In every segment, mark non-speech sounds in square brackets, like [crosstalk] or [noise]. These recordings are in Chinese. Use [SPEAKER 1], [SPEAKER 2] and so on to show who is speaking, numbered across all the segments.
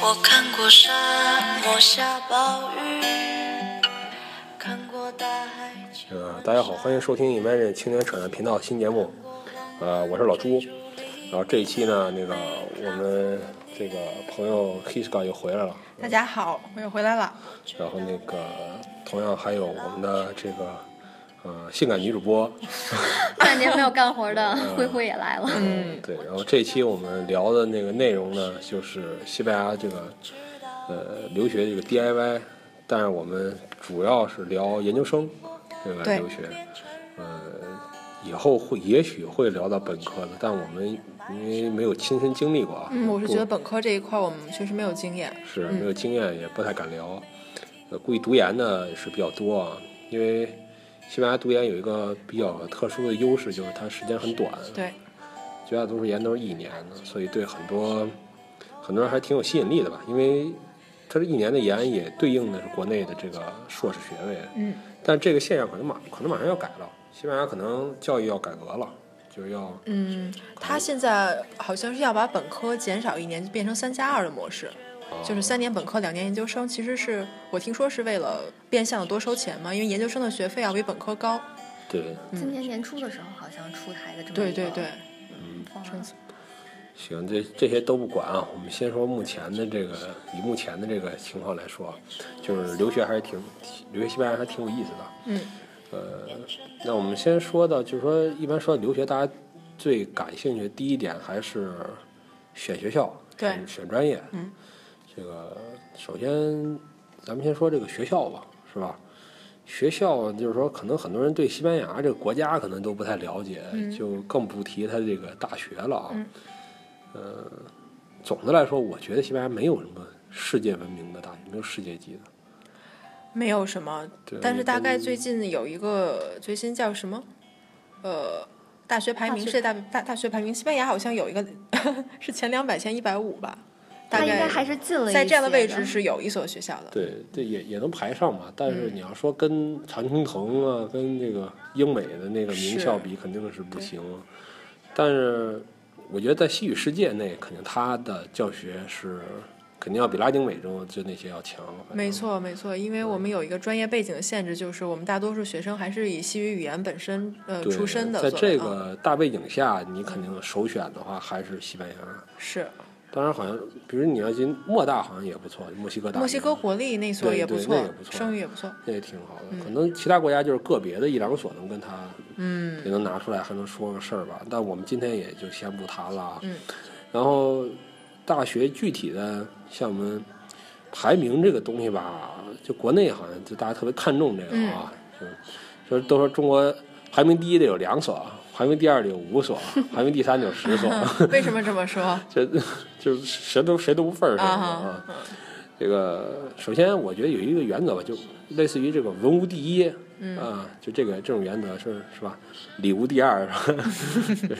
[SPEAKER 1] 我看过沙漠下暴雨，看过大海。
[SPEAKER 2] 呃，大家好，欢迎收听 Imagine 青年扯淡频道新节目。呃，我是老朱。然后这一期呢，那个我们这个朋友 Hiska 又回来了。
[SPEAKER 3] 大家好，我又回来了。
[SPEAKER 2] 然后那个同样还有我们的这个呃性感女主播，
[SPEAKER 4] 半年没有干活的灰灰也来了。
[SPEAKER 2] 嗯，对。然后这一期我们聊的那个内容呢，就是西班牙这个呃留学这个 DIY，但是我们主要是聊研究生对吧？
[SPEAKER 3] 对
[SPEAKER 2] 留学，呃，以后会也许会聊到本科的，但我们因为没有亲身经历过啊，
[SPEAKER 3] 嗯，我是
[SPEAKER 2] 不
[SPEAKER 3] 觉得本嗯科这一块我们确实没有经验。
[SPEAKER 2] 是没有经验，也不太敢聊。呃，估计读研的是比较多啊，因为西班牙读研有一个比较特殊的优势，就是它时间很短，
[SPEAKER 3] 对，
[SPEAKER 2] 绝大多数研都是一年的，所以对很多很多人还挺有吸引力的吧，因为它这一年的研也对应的是国内的这个硕士学位，
[SPEAKER 3] 嗯，
[SPEAKER 2] 但这个现象可能马可能马上要改了，西班牙可能教育要改革了，就是要
[SPEAKER 3] 嗯，他现在好像是要把本科减少一年，变成三加二的模式，就是三年本科，两年研究生。其实是我听说是为了变相的多收钱嘛，因为研究生的学费要比本科高。
[SPEAKER 2] 对
[SPEAKER 4] 今年年初的时候好像出台的
[SPEAKER 5] 嗯
[SPEAKER 4] 这么
[SPEAKER 3] 嗯对
[SPEAKER 4] 一个嗯
[SPEAKER 3] 对对，
[SPEAKER 4] 方案
[SPEAKER 3] 政策
[SPEAKER 2] 行，这这些都不管啊，我们先说目前的这个，以目前的这个情况来说啊，就是留学还是挺，留学西班牙还挺有意思的。
[SPEAKER 3] 嗯，
[SPEAKER 2] 呃，那我们先说到，就是说一般说到留学，大家最感兴趣的第一点还是选学校，
[SPEAKER 3] 对
[SPEAKER 2] 选选专业。
[SPEAKER 3] 嗯，
[SPEAKER 2] 这个首先咱们先说这个学校吧，是吧？学校就是说，可能很多人对西班牙这个国家可能都不太了解，就更不提它这个大学了啊。
[SPEAKER 3] 嗯
[SPEAKER 2] 呃，总的来说，我觉得西班牙没有什么世界闻名的大学，没有世界级的。
[SPEAKER 3] 没有什么
[SPEAKER 2] 对，
[SPEAKER 3] 但是大概
[SPEAKER 2] 跟
[SPEAKER 3] 最近有一个最新叫什么，呃。大学排
[SPEAKER 4] 大
[SPEAKER 3] 名
[SPEAKER 4] 学
[SPEAKER 3] 世界大大大学排名，西班牙好像有一个 [laughs] 是前两百前一百五吧，大
[SPEAKER 4] 他
[SPEAKER 3] 概
[SPEAKER 4] 应该还是进了一
[SPEAKER 3] 在这样的
[SPEAKER 4] 些
[SPEAKER 3] 位置是有一所学校的。
[SPEAKER 2] 对，这也也能排上嘛。但
[SPEAKER 3] 嗯
[SPEAKER 2] 是你要说跟常青藤啊，跟这个英美的那个名校比，肯定是不行。但是我觉得在西语世界内，肯定它的教学是肯定要比拉丁美洲就那些要强。反正
[SPEAKER 3] 没，错，没错，因为我们有一个专业背景的限制，就是我们大多数学生还是以西语语言本身呃
[SPEAKER 2] 对，
[SPEAKER 3] 出身的
[SPEAKER 2] 在
[SPEAKER 3] 所谓，
[SPEAKER 2] 这
[SPEAKER 3] 嗯
[SPEAKER 2] 个大背景下，你肯定首选的话还是西班牙。
[SPEAKER 3] 嗯是
[SPEAKER 2] 当然，好像比如你要进莫大，好像也不错，墨西哥大学。
[SPEAKER 3] 墨西哥国嗯立那所
[SPEAKER 2] 对
[SPEAKER 3] 也
[SPEAKER 2] 对
[SPEAKER 3] 不
[SPEAKER 2] 那
[SPEAKER 3] 错
[SPEAKER 2] 也不，错
[SPEAKER 3] 声誉也不错，
[SPEAKER 2] 那也挺好的。可能其他国家就是个别的一两所能跟他， [laughs] 嗯，也能拿出来，还能说个事儿吧。但我们今天也就先不谈了啊。
[SPEAKER 3] 嗯。
[SPEAKER 2] 然后，大学具体的像我们排名这个东西吧，就国内好像就大家特别看重这个啊，就就是都说中国排名第一的有两所，排名第二的有五所，排名第三的有十所，
[SPEAKER 3] 为什么这么说？
[SPEAKER 2] 这就是谁都谁都无份儿上
[SPEAKER 3] 啊
[SPEAKER 2] 的
[SPEAKER 3] 哈
[SPEAKER 2] 啊。这个首先我觉得有一个原则吧，就类似于这个文无第一，
[SPEAKER 3] 嗯
[SPEAKER 2] 啊，就这个这种原则是是吧？礼无第二，是吧 [laughs] 就是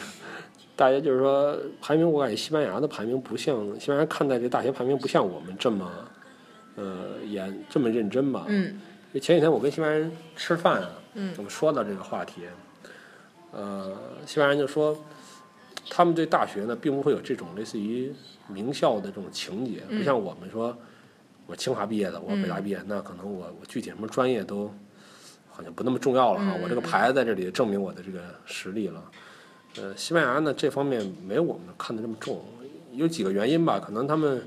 [SPEAKER 2] 大家就是说排名，我感觉西班牙的排名不像西班牙看待这大学排名不像我们这么呃严这么认真吧？
[SPEAKER 3] 嗯，
[SPEAKER 2] 就前几天我跟西班牙人吃饭啊，我们说到这个话题，呃，西班牙人就说，他们对大学呢，并不会有这种类似于名校的这种情节，不像我们说，我清华毕业的，我北大毕业，那可能我我具体什么专业都好像不那么重要了哈，我这个牌子在这里证明我的这个实力了。呃，西班牙呢这方面没有我们看的这么重，有几个原因吧，可能他们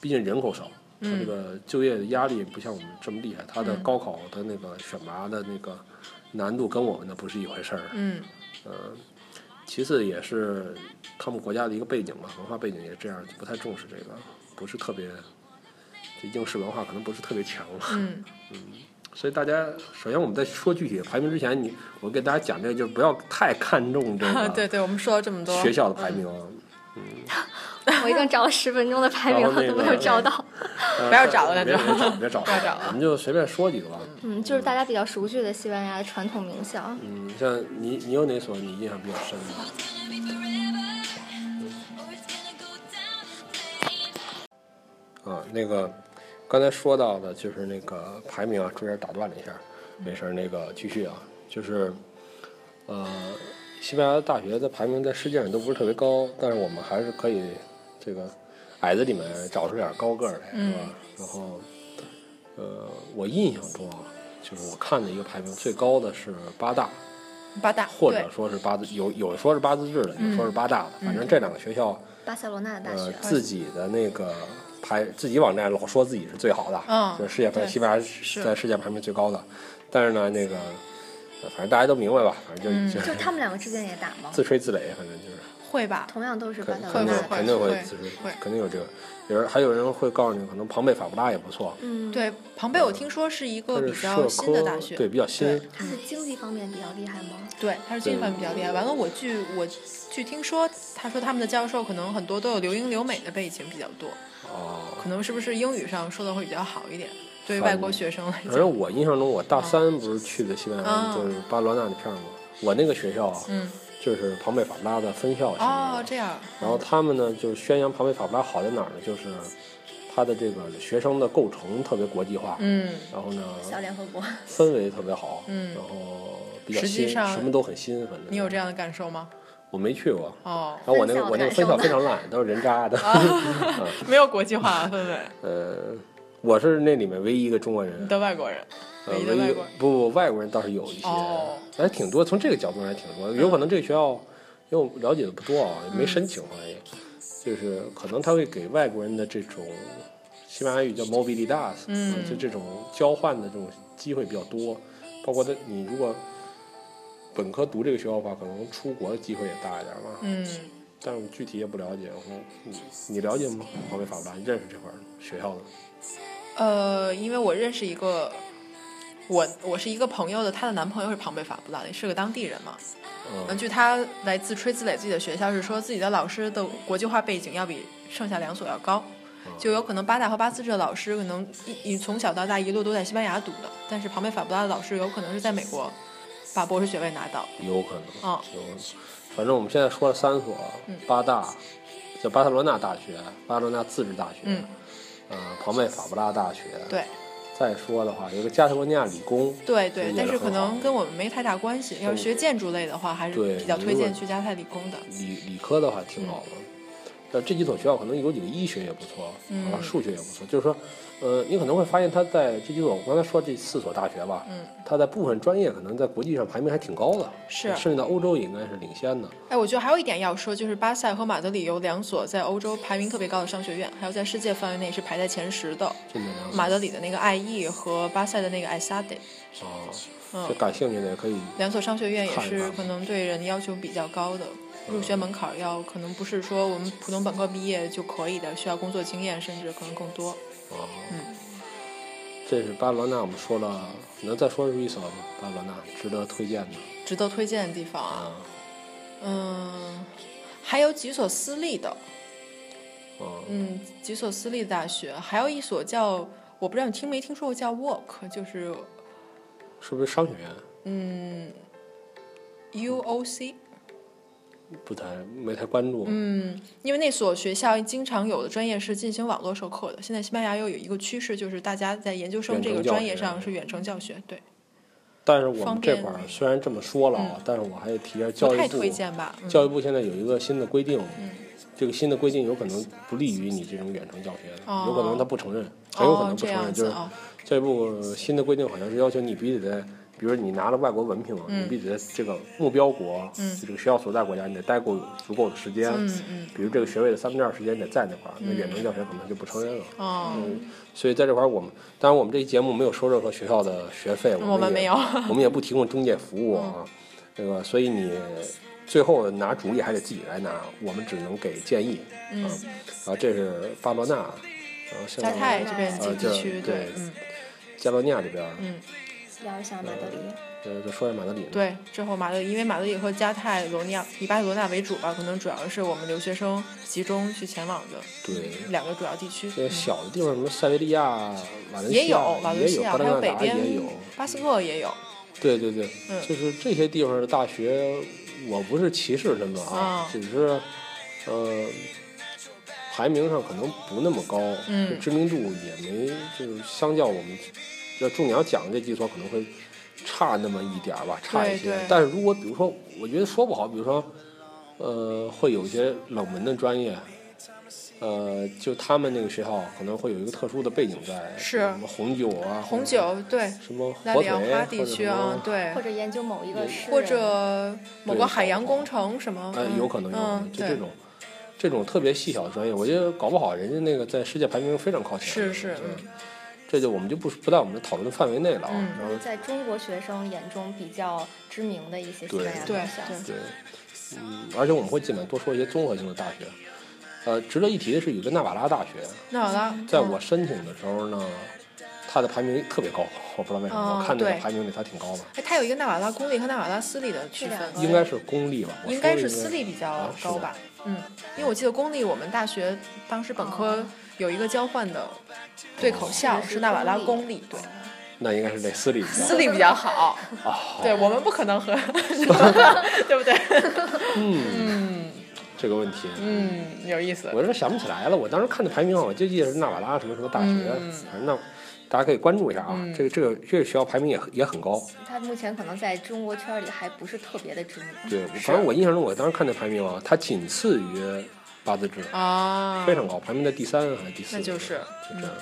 [SPEAKER 2] 毕竟人口少，他
[SPEAKER 3] 嗯
[SPEAKER 2] 这个就业的压力不像我们这么厉害，他的高考的那个选拔的那个难度跟我们的不是一回事儿。
[SPEAKER 3] 嗯，
[SPEAKER 2] 其次也是他们国家的一个背景吧，文化背景也这样，不太重视这个，不是特别，这应试文化可能不是特别强 [laughs] 了。
[SPEAKER 3] 嗯
[SPEAKER 2] 所以大家，首先我们在说具体的排名之前，你我给大家讲这个，就是不要太看重这
[SPEAKER 3] 啊对
[SPEAKER 2] 个
[SPEAKER 3] 对，我们说了这么多，嗯
[SPEAKER 2] 学校的排名，
[SPEAKER 4] [laughs]
[SPEAKER 2] 啊
[SPEAKER 4] 我已经找了十分钟的排名
[SPEAKER 2] 然后
[SPEAKER 4] 了，
[SPEAKER 2] 那
[SPEAKER 4] 都
[SPEAKER 2] 个
[SPEAKER 4] 没有找到。
[SPEAKER 2] 呃
[SPEAKER 3] 不要找了
[SPEAKER 2] 别
[SPEAKER 3] 那就
[SPEAKER 2] 别找，别找，
[SPEAKER 3] 不要找了
[SPEAKER 2] 我们就随便说几个吧。
[SPEAKER 4] 嗯，就是大家比较熟悉的西班牙的传统名校，
[SPEAKER 2] 嗯，像你，你有哪所你印象比较深的？啊，那个刚才说到的就是那个排名啊，中间打断了一下，没事儿，那个继续啊，就是呃，西班牙大学的排名在世界上都不是特别高，但是我们还是可以这个矮子里面找出点高个儿来，是吧？然后，呃，我印象中啊，就是我看的一个排名最高的是八大，
[SPEAKER 3] 八大
[SPEAKER 2] 或
[SPEAKER 3] 对
[SPEAKER 2] 者说是八字，有有说是八自治的，有说是八大的，反正这两个学校，
[SPEAKER 4] 巴塞罗那大
[SPEAKER 2] 呃
[SPEAKER 4] 学，，
[SPEAKER 2] 自己的那个排自己网站老说自己是最好的，
[SPEAKER 3] 嗯
[SPEAKER 2] 就是世界排
[SPEAKER 3] 对
[SPEAKER 2] 西班牙
[SPEAKER 3] 是
[SPEAKER 2] 在世界排名最高的，但是呢，那个呃反正大家都明白吧，反正
[SPEAKER 3] 嗯
[SPEAKER 2] 就、
[SPEAKER 4] 就他们两个之间也打吗？
[SPEAKER 2] [laughs] 自吹自擂，反正就是。
[SPEAKER 3] 会吧？
[SPEAKER 4] 同样都是巴
[SPEAKER 2] 肯
[SPEAKER 4] 塞罗
[SPEAKER 2] 肯定
[SPEAKER 4] 那
[SPEAKER 3] 会
[SPEAKER 4] 大学，
[SPEAKER 2] 肯定
[SPEAKER 3] 会
[SPEAKER 2] 自吹
[SPEAKER 3] 会
[SPEAKER 2] 肯定有这个。有人还有人会告诉你，可能庞贝、法布拉也不错，
[SPEAKER 4] 嗯，，
[SPEAKER 3] 对，庞贝我听说是一个
[SPEAKER 2] 它是
[SPEAKER 3] 比
[SPEAKER 2] 社
[SPEAKER 3] 较新的大
[SPEAKER 2] 科
[SPEAKER 3] 学，
[SPEAKER 2] 对比较新，
[SPEAKER 3] 对
[SPEAKER 4] 他是经济方面比较厉害吗？
[SPEAKER 3] 对，他是经济方面比较厉害。完了，我据我据听说，他说他们的教授可能很多都有留英留美的背景比较多，
[SPEAKER 2] 哦，
[SPEAKER 3] 可能是不是英语上说的会比较好一点，对于
[SPEAKER 2] 反
[SPEAKER 3] 外国学生来
[SPEAKER 2] 反
[SPEAKER 3] 讲，
[SPEAKER 2] 正我印象中，我大三不是去的西班牙，
[SPEAKER 3] 啊
[SPEAKER 2] 就是巴罗那那片儿吗？我那个学校啊，
[SPEAKER 3] 嗯，
[SPEAKER 2] 就是庞贝、法布拉的分校相当
[SPEAKER 3] 哦，
[SPEAKER 2] 于。
[SPEAKER 3] 这样，
[SPEAKER 2] 然后他们呢，就宣扬庞贝、法布拉好在哪儿呢？就是它的这个学生的构成特别国际化，
[SPEAKER 3] 嗯，
[SPEAKER 2] 然后呢，
[SPEAKER 4] 小联合国， [laughs]
[SPEAKER 2] 氛围特别好，
[SPEAKER 3] 嗯
[SPEAKER 2] 然后比较
[SPEAKER 3] 实际
[SPEAKER 2] 新，
[SPEAKER 3] 上
[SPEAKER 2] 什么都很新，反正
[SPEAKER 3] 你有这样的感受吗？
[SPEAKER 2] 我没去过，
[SPEAKER 3] 哦
[SPEAKER 2] 然，后我那个我那个
[SPEAKER 4] 分
[SPEAKER 2] 分校
[SPEAKER 4] 校
[SPEAKER 2] 非
[SPEAKER 4] 感
[SPEAKER 2] 常烂，都是人渣的。
[SPEAKER 3] 没有国际化氛围，
[SPEAKER 2] 呃，我是那里面唯一一个中国人
[SPEAKER 3] 你，的外国人，
[SPEAKER 2] 呃，
[SPEAKER 3] 唯一的
[SPEAKER 2] 唯一
[SPEAKER 3] 外
[SPEAKER 2] 不
[SPEAKER 3] 国人，
[SPEAKER 2] 不外国人倒是有一些
[SPEAKER 3] 哦，
[SPEAKER 2] 还挺多。从这个角度上还挺多，有可能这个学校，因为我了解的不多啊，也没申请好像也，
[SPEAKER 3] 嗯
[SPEAKER 2] 就是可能他会给外国人的这种西班牙语叫 mobilitas，
[SPEAKER 3] 嗯
[SPEAKER 2] 呃就这种交换的这种机会比较多，包括他你如果。本科读这个学校的话，可能出国的机会也大一点吧。
[SPEAKER 3] 嗯，
[SPEAKER 2] 但是我具体也不了解。我说你你了解吗？黄北法布拉，你认识这块儿学校的吗？
[SPEAKER 3] 呃，因为我认识一个。我我是一个朋友的，她的男朋友是庞贝法布拉的，是个当地人嘛。嗯，
[SPEAKER 2] 嗯，
[SPEAKER 3] 据她来自吹自擂自己的学校是说，自己的老师的国际化背景要比剩下两所要高，
[SPEAKER 2] 哦
[SPEAKER 3] 就有可能八大和八自治的老师可能一一从小到大一路都在西班牙读的，但是旁边法布拉的老师有可能是在美国把博士学位拿到。
[SPEAKER 2] 有可能，
[SPEAKER 3] 哦嗯
[SPEAKER 2] 有可能。反正我们现在说了三所，八大，叫巴塞罗那大学、巴塞罗那自治大学，
[SPEAKER 3] 嗯
[SPEAKER 2] 呃，庞贝法布拉大学。，
[SPEAKER 3] 对
[SPEAKER 2] 再说的话，有个加泰罗尼亚理工。
[SPEAKER 3] 对对
[SPEAKER 2] 也，
[SPEAKER 3] 但是
[SPEAKER 2] 很
[SPEAKER 3] 可能
[SPEAKER 2] 好嗯
[SPEAKER 3] 跟我们没太大关系。要是学建筑类的话，还是
[SPEAKER 2] 对
[SPEAKER 3] 比较
[SPEAKER 2] 你
[SPEAKER 3] 推
[SPEAKER 2] 如果
[SPEAKER 3] 荐去加泰理工的。
[SPEAKER 2] 理理科的话挺好
[SPEAKER 3] 嗯
[SPEAKER 2] 的。呃，这几所学校可能有几个医学也不错，
[SPEAKER 3] 嗯
[SPEAKER 2] 然后数学也不错。就是说，呃，你可能会发现它在这几所，我刚才说这四所大学吧，
[SPEAKER 3] 嗯
[SPEAKER 2] 它在部分专业可能在国际上排名还挺高的，
[SPEAKER 3] 是啊
[SPEAKER 2] 甚至到欧洲也应该是领先的。
[SPEAKER 3] 哎，我觉得还有一点要说，就是巴塞和马德里有两所在欧洲排名特别高的商学院，还有在世界范围内是排在前十的。
[SPEAKER 2] 这两两所
[SPEAKER 3] 马德里的那个 IE 和巴塞的那个 ISADE，
[SPEAKER 2] 啊，
[SPEAKER 3] 嗯
[SPEAKER 2] 就，感兴趣的也可以
[SPEAKER 3] 两所商学院也
[SPEAKER 2] 看一看
[SPEAKER 3] 是可能对人要求比较高的，入学门槛儿要可能不是说我们普通本科毕业就可以的，需要工作经验，甚至可能更多。
[SPEAKER 2] 啊。
[SPEAKER 3] 嗯
[SPEAKER 2] 这是巴塞罗那，我们说了，能再说出一所吗？巴塞罗那值得推荐的
[SPEAKER 3] 值得推荐的地方啊，
[SPEAKER 2] 啊，
[SPEAKER 3] 嗯，还有几所私立的，
[SPEAKER 2] 啊，
[SPEAKER 3] 嗯，几所私立大学，还有一所叫我不知道你听没听说过叫 WOC，就是
[SPEAKER 2] 是不是商学院？
[SPEAKER 3] 嗯 UOC，
[SPEAKER 2] 不太没太关注。
[SPEAKER 3] 嗯，因为那所学校经常有的专业是进行网络授课的。现在西班牙又有一个趋势，就是大家在研究生
[SPEAKER 2] 远
[SPEAKER 3] 这
[SPEAKER 2] 程
[SPEAKER 3] 个
[SPEAKER 2] 教
[SPEAKER 3] 专
[SPEAKER 2] 学
[SPEAKER 3] 业上是远程教学，对，
[SPEAKER 2] 但是我们
[SPEAKER 3] 方
[SPEAKER 2] 这
[SPEAKER 3] 便嗯
[SPEAKER 2] 块儿虽然这么说了啊，但是我还提一下教
[SPEAKER 3] 不
[SPEAKER 2] 育
[SPEAKER 3] 太
[SPEAKER 2] 部
[SPEAKER 3] 推。荐吧。嗯
[SPEAKER 2] 教育部现在有一个新的规定，这个新的规定有可能不利于你这种远程教学的，
[SPEAKER 3] 哦
[SPEAKER 2] 有可能他不承认，很有可
[SPEAKER 3] 哦
[SPEAKER 2] 能，不
[SPEAKER 3] 这
[SPEAKER 2] 承认。
[SPEAKER 3] 样
[SPEAKER 2] 就
[SPEAKER 3] 子
[SPEAKER 2] 是
[SPEAKER 3] 啊，
[SPEAKER 2] 教育部新的规定好像是要求你必须得在，比如你拿了外国文凭，
[SPEAKER 3] 嗯
[SPEAKER 2] 你必须得在这个目标国，这个学校所在国家，你得待够足够的时间。
[SPEAKER 3] 嗯嗯，
[SPEAKER 2] 比如这个学位的三分之二时间你得在那块儿，那远程教学可能就不承认了。
[SPEAKER 3] 哦，
[SPEAKER 2] 嗯所以在这块儿，我们当然我们这期节目没有收任何学校的学费，我们
[SPEAKER 3] 我们
[SPEAKER 2] 也
[SPEAKER 3] 没有
[SPEAKER 2] [laughs]
[SPEAKER 3] 嗯
[SPEAKER 2] 我们也不提供中介服务啊。这个，所以你最后拿主意还得自己来拿，我们只能给建议。嗯，然后这是巴罗那，然后现
[SPEAKER 3] 加
[SPEAKER 2] 在
[SPEAKER 3] 泰这边
[SPEAKER 2] 呃
[SPEAKER 3] 经
[SPEAKER 2] 这
[SPEAKER 3] 济区，
[SPEAKER 2] 对
[SPEAKER 3] 嗯，
[SPEAKER 2] 加罗尼亚这边儿，
[SPEAKER 4] 聊一下马德里，
[SPEAKER 2] 呃，就说一下马德里。，
[SPEAKER 3] 对。之后马德里，因为马德里和加泰罗尼亚以巴塞罗那为主吧，可能主要是我们留学生集中去前往的
[SPEAKER 2] 对
[SPEAKER 3] 两个主要地区。嗯
[SPEAKER 2] 这个小的地方，什么塞维利亚、瓦伦西亚
[SPEAKER 3] 也有瓦伦
[SPEAKER 2] 也有
[SPEAKER 3] 西亚，
[SPEAKER 2] 巴
[SPEAKER 3] 还
[SPEAKER 2] 勒
[SPEAKER 3] 有北
[SPEAKER 2] 达
[SPEAKER 3] 边
[SPEAKER 2] 也有，
[SPEAKER 3] 巴斯克也有
[SPEAKER 2] 对对对，
[SPEAKER 3] 嗯
[SPEAKER 2] 就是这些地方的大学，我不是歧视他们啊，
[SPEAKER 3] 啊
[SPEAKER 2] 只是呃排名上可能不那么高，
[SPEAKER 3] 嗯
[SPEAKER 2] 知名度也没就是相较我们这重阳讲的这几所可能会差那么一点儿吧，差一些。
[SPEAKER 3] 对对
[SPEAKER 2] 但是如果比如说，我觉得说不好，比如说呃会有一些冷门的专业。呃，就他们那个学校可能会有一个特殊的背景在，
[SPEAKER 3] 是
[SPEAKER 2] 什么红酒啊，
[SPEAKER 3] 红酒对，
[SPEAKER 2] 什么
[SPEAKER 3] 莱
[SPEAKER 2] 火
[SPEAKER 3] 里
[SPEAKER 2] 腿
[SPEAKER 3] 奥哈
[SPEAKER 2] 或
[SPEAKER 3] 地
[SPEAKER 2] 者
[SPEAKER 3] 区
[SPEAKER 2] 什么
[SPEAKER 3] 啊，对
[SPEAKER 4] 或，者研究某一
[SPEAKER 2] 嗯
[SPEAKER 4] 个诗人
[SPEAKER 3] 或者某
[SPEAKER 2] 对
[SPEAKER 3] 个海洋
[SPEAKER 2] 搞
[SPEAKER 3] 工程什么，
[SPEAKER 2] 呃，
[SPEAKER 3] 嗯
[SPEAKER 2] 有可能，有可能，
[SPEAKER 3] 嗯，
[SPEAKER 2] 就
[SPEAKER 3] 对
[SPEAKER 2] 这种，这种特别细小的专业，我觉得搞不好人家那个在世界排名非常靠前。
[SPEAKER 3] 是是
[SPEAKER 2] 就
[SPEAKER 3] 嗯
[SPEAKER 2] 这就我们就不不在我们的讨论的范围内了啊。
[SPEAKER 3] 嗯
[SPEAKER 2] 然后
[SPEAKER 4] 在中国学生眼中比较知名的一些西班牙
[SPEAKER 3] 对
[SPEAKER 4] 名校。
[SPEAKER 3] 对
[SPEAKER 2] 对，嗯，而且我们会尽量多说一些综合性的大学。呃，值得一提的是，有一个纳瓦拉大学，
[SPEAKER 3] 那好了，
[SPEAKER 2] 在我申请的时候呢，它的排名特别高，我不知道为什么，
[SPEAKER 3] 哦
[SPEAKER 2] 我看那个
[SPEAKER 3] 对
[SPEAKER 2] 排名里它挺高的，
[SPEAKER 3] 哎，它有一个纳瓦拉公立和纳瓦拉私立的区
[SPEAKER 4] 这两
[SPEAKER 3] 分
[SPEAKER 4] 个，
[SPEAKER 2] 应该是公立吧？我
[SPEAKER 3] 应
[SPEAKER 2] 说
[SPEAKER 3] 该
[SPEAKER 2] 的
[SPEAKER 3] 是私立比较
[SPEAKER 2] 啊是
[SPEAKER 3] 高
[SPEAKER 2] 吗
[SPEAKER 3] 吧？嗯，因为我记得公立我们大学当时本科有一个交换的哦对口校
[SPEAKER 4] 哦
[SPEAKER 3] 是纳瓦拉公立，对，
[SPEAKER 2] 那应该是得私立比啊较
[SPEAKER 3] 私立比较好。
[SPEAKER 2] [laughs] 好
[SPEAKER 3] 对我们不可
[SPEAKER 2] [laughs]
[SPEAKER 3] 能和，对不对？
[SPEAKER 2] 嗯这个问题。
[SPEAKER 3] 嗯，有意思。
[SPEAKER 2] 我这想不起来了，我当时看的排名，我就记得是纳瓦拉什么什么大学，
[SPEAKER 3] 嗯
[SPEAKER 2] 反正那大家可以关注一下啊。这个这个这个学校排名也很也很高，
[SPEAKER 4] 他目前可能在中国圈里还不是特别的知名。
[SPEAKER 3] 嗯
[SPEAKER 2] 对，反正我印象中我当时看的排名啊，它仅次于八字制，
[SPEAKER 3] 啊
[SPEAKER 2] 非常高，排名在第三还是第四？
[SPEAKER 3] 那就是嗯
[SPEAKER 2] 就这样。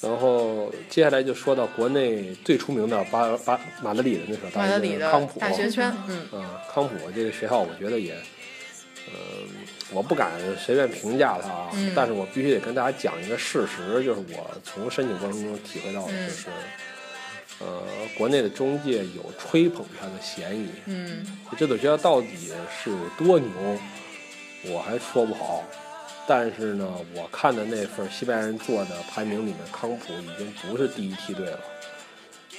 [SPEAKER 2] 然后接下来就说到国内最出名的巴巴马德里的那所大
[SPEAKER 3] 马
[SPEAKER 2] 学，
[SPEAKER 3] 德里的
[SPEAKER 2] 康普
[SPEAKER 3] 大学圈，嗯，
[SPEAKER 2] 啊，康普这个学校，我觉得也，呃，我不敢随便评价它啊，
[SPEAKER 3] 嗯
[SPEAKER 2] 但是我必须得跟大家讲一个事实，就是我从申请过程中体会到的就是，
[SPEAKER 3] 嗯
[SPEAKER 2] 呃，国内的中介有吹捧它的嫌疑，
[SPEAKER 3] 嗯，
[SPEAKER 2] 这所学校到底是有多牛，我还说不好。但是呢，我看的那份西班牙人做的排名里面，康普已经不是第一梯队了。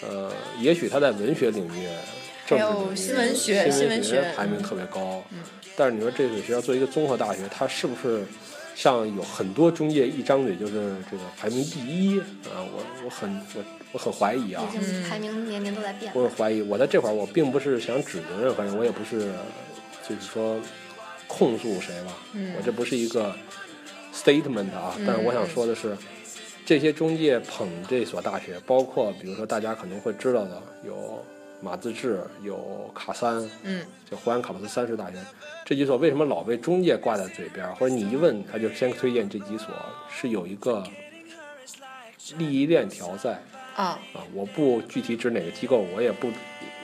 [SPEAKER 2] 呃，也许他在文学领域、政治
[SPEAKER 3] 还有
[SPEAKER 2] 领域、
[SPEAKER 3] 新闻学
[SPEAKER 2] 新
[SPEAKER 3] 新闻学嗯
[SPEAKER 2] 排名特别高。但是你说这所学校作为一个综合大学，它是不是像有很多中介一张嘴就是这个排名第一啊？我我很我我很怀疑啊。
[SPEAKER 4] 毕
[SPEAKER 3] 嗯
[SPEAKER 4] 竟排名年年都在变。
[SPEAKER 2] 我很怀疑，我在这会儿我并不是想指责任何人，我也不是就是说控诉谁吧，我这不是一个 statement 啊，但是我想说的是，这些中介捧这所大学，包括比如说大家可能会知道的有马自治，有卡三，
[SPEAKER 3] 嗯，
[SPEAKER 2] 就胡安卡洛斯三世大学。这几所为什么老被中介挂在嘴边儿，或者你一问他就先推荐这几所，是有一个利益链条在。
[SPEAKER 3] 啊，
[SPEAKER 2] 啊，我不具体指哪个机构，我也不，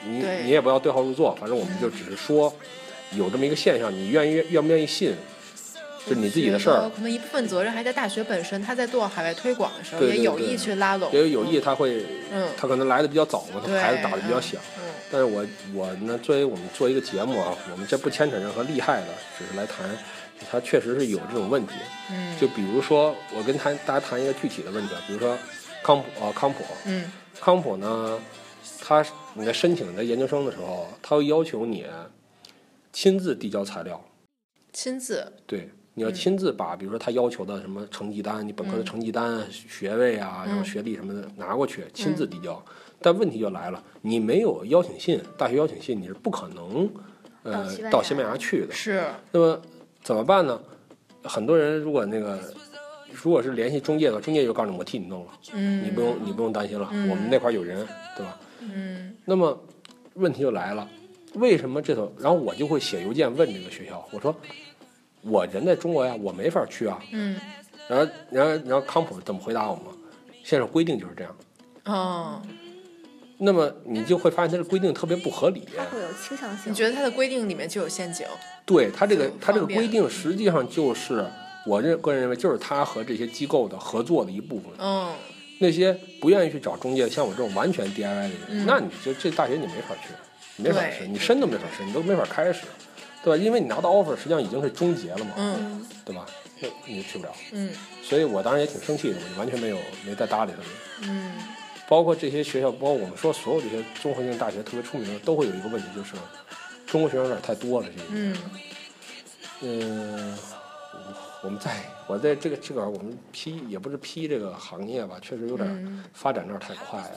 [SPEAKER 2] 你
[SPEAKER 3] 对
[SPEAKER 2] 你也不要对号入座，反正我们就只是说有这么一个现象，你愿意愿不愿意信，就是你自己的事
[SPEAKER 3] 觉得
[SPEAKER 2] 儿。
[SPEAKER 3] 可能一部分责任还在大学本身，他在做海外推广的时候
[SPEAKER 2] 对对
[SPEAKER 3] 也有
[SPEAKER 2] 对
[SPEAKER 3] 意去拉拢，
[SPEAKER 2] 也有有意，他会，
[SPEAKER 3] 嗯
[SPEAKER 2] 他可能来的比较早嘛，他
[SPEAKER 3] 对
[SPEAKER 2] 牌子打的比较响。
[SPEAKER 3] 嗯，
[SPEAKER 2] 但是我我呢，作为我们做一个节目啊，我们这不牵扯任何利害的，只是来谈，它确实是有这种问题。
[SPEAKER 3] 嗯，
[SPEAKER 2] 就比如说，我跟谈大家谈一个具体的问题啊，比如说康普啊，康普，
[SPEAKER 3] 嗯
[SPEAKER 2] 康普呢，他你在申请你的研究生的时候，他会要求你亲自递交材料，
[SPEAKER 3] 亲自
[SPEAKER 2] 对，你要亲自把，比如说他要求的什么成绩单，你本科的成绩单、学位啊，
[SPEAKER 4] 嗯
[SPEAKER 2] 然后学历什么的拿过去，亲自递交。但问题就来了，你没有邀请信，大学邀请信你是不可能，呃
[SPEAKER 4] 到西班，牙
[SPEAKER 2] 到西班牙去的。
[SPEAKER 3] 是
[SPEAKER 2] 那么怎么办呢？很多人如果那个，如果是联系中介的话，中介就告诉你我替你弄了，
[SPEAKER 3] 嗯
[SPEAKER 2] 你不用你不用担心了，我们那块儿有人，对吧？
[SPEAKER 3] 嗯
[SPEAKER 2] 那么问题就来了，为什么这头？然后我就会写邮件问这个学校，我说我人在中国呀，我没法去啊。
[SPEAKER 3] 嗯
[SPEAKER 2] 然后，然后，然后康普怎么回答我们？现在规定就是这样。
[SPEAKER 3] 哦，
[SPEAKER 2] 那么你就会发现它的规定特别不合理。
[SPEAKER 4] 它会有倾向性。
[SPEAKER 3] 你觉得他的规定里面就有陷阱？
[SPEAKER 2] 对它这个
[SPEAKER 3] 就方便
[SPEAKER 2] 它这个规定，实际上就是我认个人认为就是它和这些机构的合作的一部分。
[SPEAKER 3] 嗯
[SPEAKER 2] 那些不愿意去找中介，像我这种完全 DIY 的人，
[SPEAKER 3] 嗯
[SPEAKER 2] 那你就这大学你没法去，你没法
[SPEAKER 3] 对
[SPEAKER 2] 去，你申都没法申，你都没法开始，对吧？因为你拿到 offer 实际上已经是终结了嘛，
[SPEAKER 3] 嗯
[SPEAKER 4] 嗯，
[SPEAKER 2] 对吧？那你就去不了。
[SPEAKER 3] 嗯
[SPEAKER 2] 所以我当时也挺生气的，我就完全没有没再搭理他们。
[SPEAKER 3] 嗯
[SPEAKER 2] 包括这些学校，包括我们说所有这些综合性大学特别出名的，都会有一个问题，就是中国学生有点太多了。这一
[SPEAKER 3] 嗯，
[SPEAKER 2] 嗯，我我们在我在这个这个我们批也不是批这个行业吧，确实有点
[SPEAKER 3] 嗯
[SPEAKER 2] 发展那儿太快了，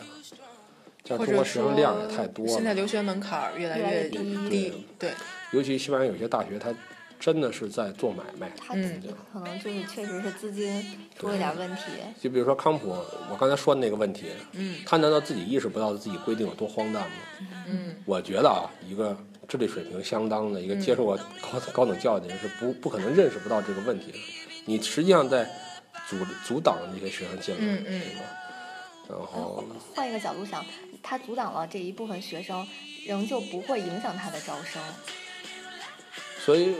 [SPEAKER 2] 像
[SPEAKER 3] 或
[SPEAKER 2] 中国
[SPEAKER 3] 者
[SPEAKER 2] 学生
[SPEAKER 3] 说
[SPEAKER 2] 量也太多
[SPEAKER 3] 现在
[SPEAKER 2] 了，
[SPEAKER 3] 留学门槛儿越来
[SPEAKER 4] 越来
[SPEAKER 3] 越
[SPEAKER 4] 越低
[SPEAKER 3] 低，对，
[SPEAKER 2] 尤其西班牙有些大学，它真的是在做买卖。
[SPEAKER 4] 它
[SPEAKER 3] 嗯
[SPEAKER 4] 可能就是确实是资金出了点问题。
[SPEAKER 2] 就比如说康普，我刚才说的那个问题，
[SPEAKER 3] 嗯
[SPEAKER 2] 他难道自己意识不到自己规定有多荒诞吗？
[SPEAKER 3] 嗯
[SPEAKER 2] 我觉得啊，一个
[SPEAKER 3] 嗯
[SPEAKER 2] 智力水平相当的、一个接受过高高等教育的人是不不可能认识不到这个问题的。你实际上在阻阻挡这些学生进来，
[SPEAKER 3] 嗯嗯
[SPEAKER 2] 对吧？然后
[SPEAKER 5] 换一个角度想，他阻挡了这一部分学生，仍旧不会影响他的招生。
[SPEAKER 2] 所以，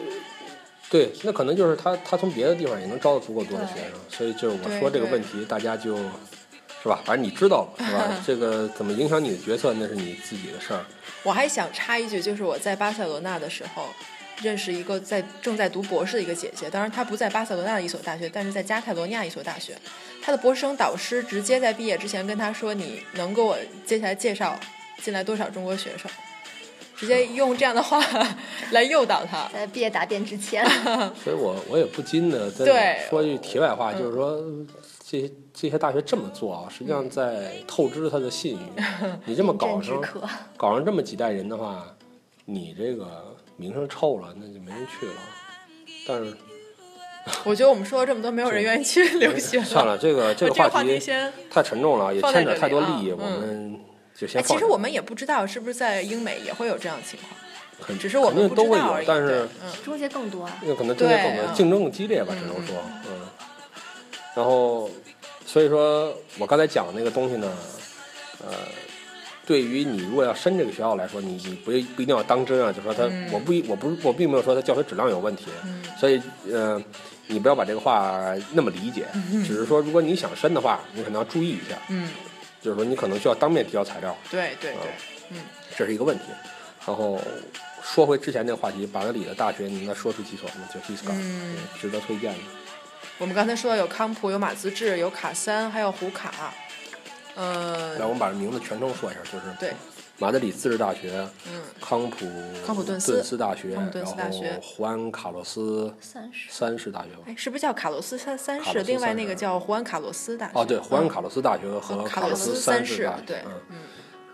[SPEAKER 2] 对，那可能就是他他从别的地方也能招到足够多的
[SPEAKER 5] 对
[SPEAKER 2] 学生，所以就是我
[SPEAKER 3] 对
[SPEAKER 2] 说这个
[SPEAKER 3] 对
[SPEAKER 2] 问题，大家就，是吧？反正你知道了，是
[SPEAKER 3] [laughs]
[SPEAKER 2] 吧？这个怎么影响你的决策，那是你自己的事儿。
[SPEAKER 3] 我还想插一句，就是我在巴塞罗那的时候，认识一个在正在读博士的一个姐姐，当然她不在巴塞罗那的一所大学，但是在加泰罗尼亚一所大学。她的博士生导师直接在毕业之前跟她说：“你能给我接下来介绍进来多少中国学生？”直接用这样的话来诱导她。
[SPEAKER 5] 在毕业答辩之前，
[SPEAKER 2] 所以我我也不禁的真的
[SPEAKER 3] 对嗯
[SPEAKER 2] 说一句题外话，就是说这些这些大学这么做啊，实际
[SPEAKER 3] 嗯
[SPEAKER 2] 上在透支他的信誉。
[SPEAKER 3] [laughs]
[SPEAKER 2] 你这么搞
[SPEAKER 5] [laughs] 真之
[SPEAKER 2] 上
[SPEAKER 5] 可。
[SPEAKER 2] 搞上这么几代人的话，你这个名声臭了，那就没人去了。但
[SPEAKER 3] [laughs]
[SPEAKER 2] 是
[SPEAKER 3] 我觉得我们说了这么多，没有人愿意去留学
[SPEAKER 2] 算
[SPEAKER 3] [laughs]
[SPEAKER 2] 了，这个这
[SPEAKER 3] 我
[SPEAKER 2] 个
[SPEAKER 3] 这个
[SPEAKER 2] 话
[SPEAKER 3] 话
[SPEAKER 2] 题
[SPEAKER 3] 题先
[SPEAKER 2] 太沉重了，也
[SPEAKER 3] 放在
[SPEAKER 2] 牵扯
[SPEAKER 3] 这
[SPEAKER 2] 太多
[SPEAKER 3] 里啊
[SPEAKER 2] 利益，我
[SPEAKER 3] 嗯
[SPEAKER 2] 们就
[SPEAKER 3] 哎，
[SPEAKER 2] 先放着。
[SPEAKER 3] 其实我们也不知道是不是在英美也会有这样的情况，
[SPEAKER 2] 肯
[SPEAKER 3] 只是我
[SPEAKER 2] 肯
[SPEAKER 3] 们
[SPEAKER 2] 定
[SPEAKER 3] 不
[SPEAKER 2] 都
[SPEAKER 3] 知
[SPEAKER 2] 会
[SPEAKER 3] 道而
[SPEAKER 2] 有
[SPEAKER 3] 已。，
[SPEAKER 2] 但
[SPEAKER 3] 对
[SPEAKER 2] 是
[SPEAKER 3] 嗯，
[SPEAKER 5] 中介更多啊，
[SPEAKER 2] 那可能中间
[SPEAKER 3] 对
[SPEAKER 2] 更多
[SPEAKER 3] 嗯
[SPEAKER 2] 竞争更激烈吧，只能说，嗯。然后，所以说我刚才讲的那个东西呢，呃，对于你如果要申这个学校来说，你你不不一定要当真啊，就说他，
[SPEAKER 3] 嗯
[SPEAKER 2] 我不一我不是我并没有说他教学质量有问题，
[SPEAKER 3] 嗯
[SPEAKER 2] 所以呃，你不要把这个话那么理解，只是说如果你想申的话，你可能要注意一下，
[SPEAKER 3] 嗯，
[SPEAKER 2] 就是说你可能需要当面提交材料，
[SPEAKER 3] 对对
[SPEAKER 2] 啊
[SPEAKER 3] 对，
[SPEAKER 2] 这是一个问题。然后说回之前那个话题，巴德里的大学，你应该说出几所吗？就 h i s c a
[SPEAKER 3] 嗯
[SPEAKER 2] 值得推荐的。
[SPEAKER 3] 我们刚才说到有康普、有马自治、有卡三，还有胡卡。
[SPEAKER 2] 来，我
[SPEAKER 3] 呃，
[SPEAKER 2] 们把名字全称说一下，就是
[SPEAKER 3] 对，
[SPEAKER 2] 马德里自治大学、
[SPEAKER 3] 嗯，
[SPEAKER 2] 康普
[SPEAKER 3] 康普顿斯
[SPEAKER 2] 顿斯大学，
[SPEAKER 3] 康普顿斯大学
[SPEAKER 2] 然后胡安卡洛斯
[SPEAKER 5] 三十。
[SPEAKER 2] 三世大学吧。
[SPEAKER 3] 哎，是不是叫卡洛斯三三
[SPEAKER 2] 卡洛
[SPEAKER 3] 世？
[SPEAKER 2] 斯
[SPEAKER 3] 另外
[SPEAKER 2] 三
[SPEAKER 3] 那个
[SPEAKER 2] 世
[SPEAKER 3] 叫胡安卡洛斯大学。
[SPEAKER 2] 哦，对，胡安
[SPEAKER 3] 嗯
[SPEAKER 2] 卡洛斯大学和
[SPEAKER 3] 嗯
[SPEAKER 2] 卡
[SPEAKER 3] 卡
[SPEAKER 2] 洛
[SPEAKER 3] 洛
[SPEAKER 2] 斯
[SPEAKER 3] 斯
[SPEAKER 2] 三
[SPEAKER 3] 三
[SPEAKER 2] 世
[SPEAKER 3] 世
[SPEAKER 2] 大学，
[SPEAKER 3] 对
[SPEAKER 2] 嗯，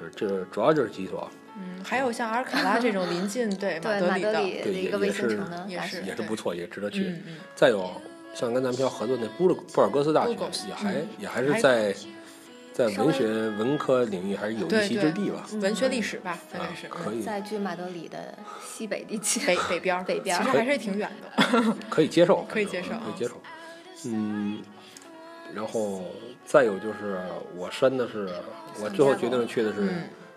[SPEAKER 2] 是这主要就是几所，
[SPEAKER 3] 嗯，还有像阿尔卡拉这种临 [laughs] 近对马
[SPEAKER 5] 对，
[SPEAKER 3] 德
[SPEAKER 5] 马
[SPEAKER 3] 里
[SPEAKER 5] 德
[SPEAKER 3] 的，
[SPEAKER 5] 里的
[SPEAKER 2] 对
[SPEAKER 5] 一
[SPEAKER 2] 也
[SPEAKER 5] 个卫
[SPEAKER 2] 也
[SPEAKER 5] 星
[SPEAKER 2] 是
[SPEAKER 5] 城的
[SPEAKER 3] 也
[SPEAKER 5] 大
[SPEAKER 3] 是
[SPEAKER 5] 学
[SPEAKER 2] 也是不错，也值得去
[SPEAKER 3] 嗯。嗯，
[SPEAKER 2] 再有，像跟咱们学校合作那布尔布尔戈斯大学
[SPEAKER 3] 布尔戈斯，
[SPEAKER 2] 也还
[SPEAKER 3] 嗯
[SPEAKER 2] 也还是
[SPEAKER 3] 还
[SPEAKER 2] 在在
[SPEAKER 5] 稍
[SPEAKER 2] 文
[SPEAKER 5] 微
[SPEAKER 2] 学文科领域还是有一
[SPEAKER 3] 对
[SPEAKER 2] 席之地吧，
[SPEAKER 3] 文学历史吧，大
[SPEAKER 2] 啊
[SPEAKER 3] 概是，
[SPEAKER 2] 可
[SPEAKER 3] 嗯
[SPEAKER 2] 以
[SPEAKER 5] 在距马德里的西北地区。
[SPEAKER 3] 北北边儿
[SPEAKER 5] 北边儿
[SPEAKER 3] 其实还是挺远的。
[SPEAKER 2] 可以接受，
[SPEAKER 3] 可以
[SPEAKER 2] 反正
[SPEAKER 3] 接受
[SPEAKER 2] 嗯可以
[SPEAKER 3] 啊
[SPEAKER 2] 接受。嗯，然后再有就是我申的是，我最后决定去的是，
[SPEAKER 3] 嗯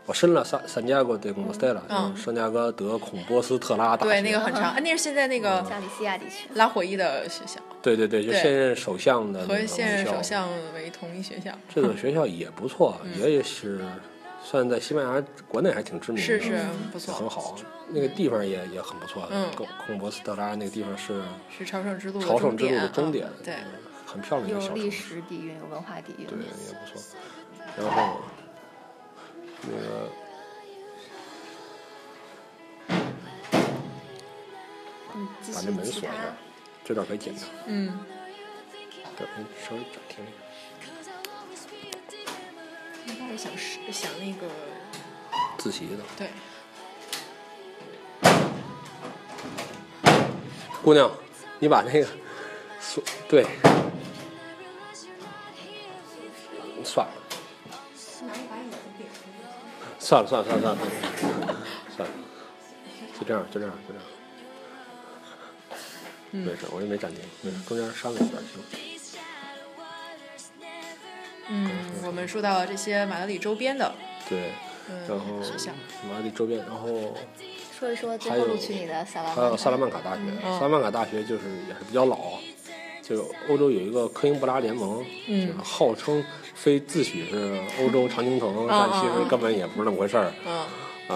[SPEAKER 2] 我申了三三加哥德贡波斯特拉，
[SPEAKER 3] 嗯
[SPEAKER 2] 圣加哥德孔波斯特拉大学，
[SPEAKER 3] 对，那个很 [laughs] 长，啊，那是现在那个
[SPEAKER 5] 加利西亚地区，
[SPEAKER 3] 拉火一的学校，
[SPEAKER 2] 对对对，就
[SPEAKER 3] 对
[SPEAKER 2] 现任首相的那
[SPEAKER 3] 和
[SPEAKER 2] 个
[SPEAKER 3] 现任
[SPEAKER 2] 母校
[SPEAKER 3] 首相为同一学校。
[SPEAKER 2] 这个学校也不错，啊
[SPEAKER 3] 嗯
[SPEAKER 2] 也是算在西班牙国内还挺知名的，
[SPEAKER 3] 是是不
[SPEAKER 2] 也很
[SPEAKER 3] 错，
[SPEAKER 2] 好。啊那个地方也也很不错，
[SPEAKER 3] 嗯
[SPEAKER 2] 孔孔博斯特拉那个地方是
[SPEAKER 3] 是朝圣之路的
[SPEAKER 2] 朝圣之路的终
[SPEAKER 3] 终
[SPEAKER 2] 点
[SPEAKER 3] 点。嗯，对，
[SPEAKER 2] 嗯很漂亮的一个
[SPEAKER 5] 有
[SPEAKER 2] 小
[SPEAKER 5] 历
[SPEAKER 2] 城市。
[SPEAKER 5] 史底蕴，有文化底蕴。
[SPEAKER 2] 对，也不错。然后那个
[SPEAKER 5] 嗯，继
[SPEAKER 2] 把
[SPEAKER 5] 续
[SPEAKER 2] 那门
[SPEAKER 5] 其
[SPEAKER 2] 锁一
[SPEAKER 5] 他
[SPEAKER 2] 下，这段可以剪掉，
[SPEAKER 3] 嗯，
[SPEAKER 2] 对，稍微暂停一下。
[SPEAKER 3] 应该是想是想那个
[SPEAKER 2] 自习的
[SPEAKER 3] 对。
[SPEAKER 2] 姑娘，你把那个锁对，算了，算了算了算了算了算了，就这样就这样就这样。没事，我也没暂停，没事，中间删了一段行。
[SPEAKER 3] 嗯，我们说到了这些马德里周边的，
[SPEAKER 2] 对，
[SPEAKER 3] 嗯，
[SPEAKER 2] 然后
[SPEAKER 3] 学校，
[SPEAKER 2] 马里周边，然后
[SPEAKER 5] 说一说最
[SPEAKER 2] 还
[SPEAKER 5] 后
[SPEAKER 2] 有
[SPEAKER 5] 录取你的萨拉
[SPEAKER 2] 还有萨拉
[SPEAKER 5] 曼
[SPEAKER 2] 曼卡大学，萨
[SPEAKER 3] 嗯
[SPEAKER 2] 拉曼卡大学就是也是比较老，就欧洲有一个科英布拉联盟，
[SPEAKER 3] 嗯
[SPEAKER 2] 就是号称非自诩是欧洲长青藤，但其实根本也不是那么回事儿，
[SPEAKER 3] 嗯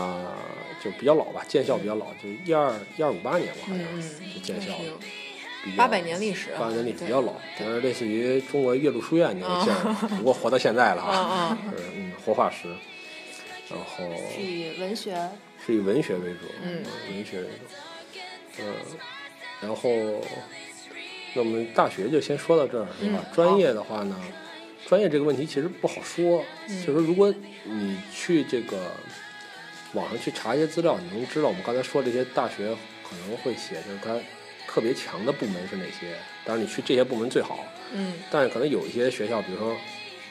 [SPEAKER 2] 啊，就比较老吧，建校比较老，就一二一二五八年吧，好
[SPEAKER 3] 嗯
[SPEAKER 2] 像
[SPEAKER 3] 嗯，
[SPEAKER 2] 是哦建校
[SPEAKER 3] 那是有
[SPEAKER 2] 比较，
[SPEAKER 3] 八百年历史啊，
[SPEAKER 2] 八百年里
[SPEAKER 3] 对嗯
[SPEAKER 2] 比较老，就是类似于中国岳麓书院那个劲儿，不过活到现在了啊，是嗯，活化石，然后
[SPEAKER 5] 是以文学
[SPEAKER 2] 是以文学为主，
[SPEAKER 3] 嗯，
[SPEAKER 2] 文学为主，嗯，然后那我们大学就先说到这儿，是吧？专业的话呢，专业这个问题其实不好说，就是如果你去这个网上去查一些资料，你能知道我们刚才说这些大学可能会写，就是它特别强的部门是哪些，当然你去这些部门最好，
[SPEAKER 3] 嗯
[SPEAKER 2] 但是可能有一些学校，比如说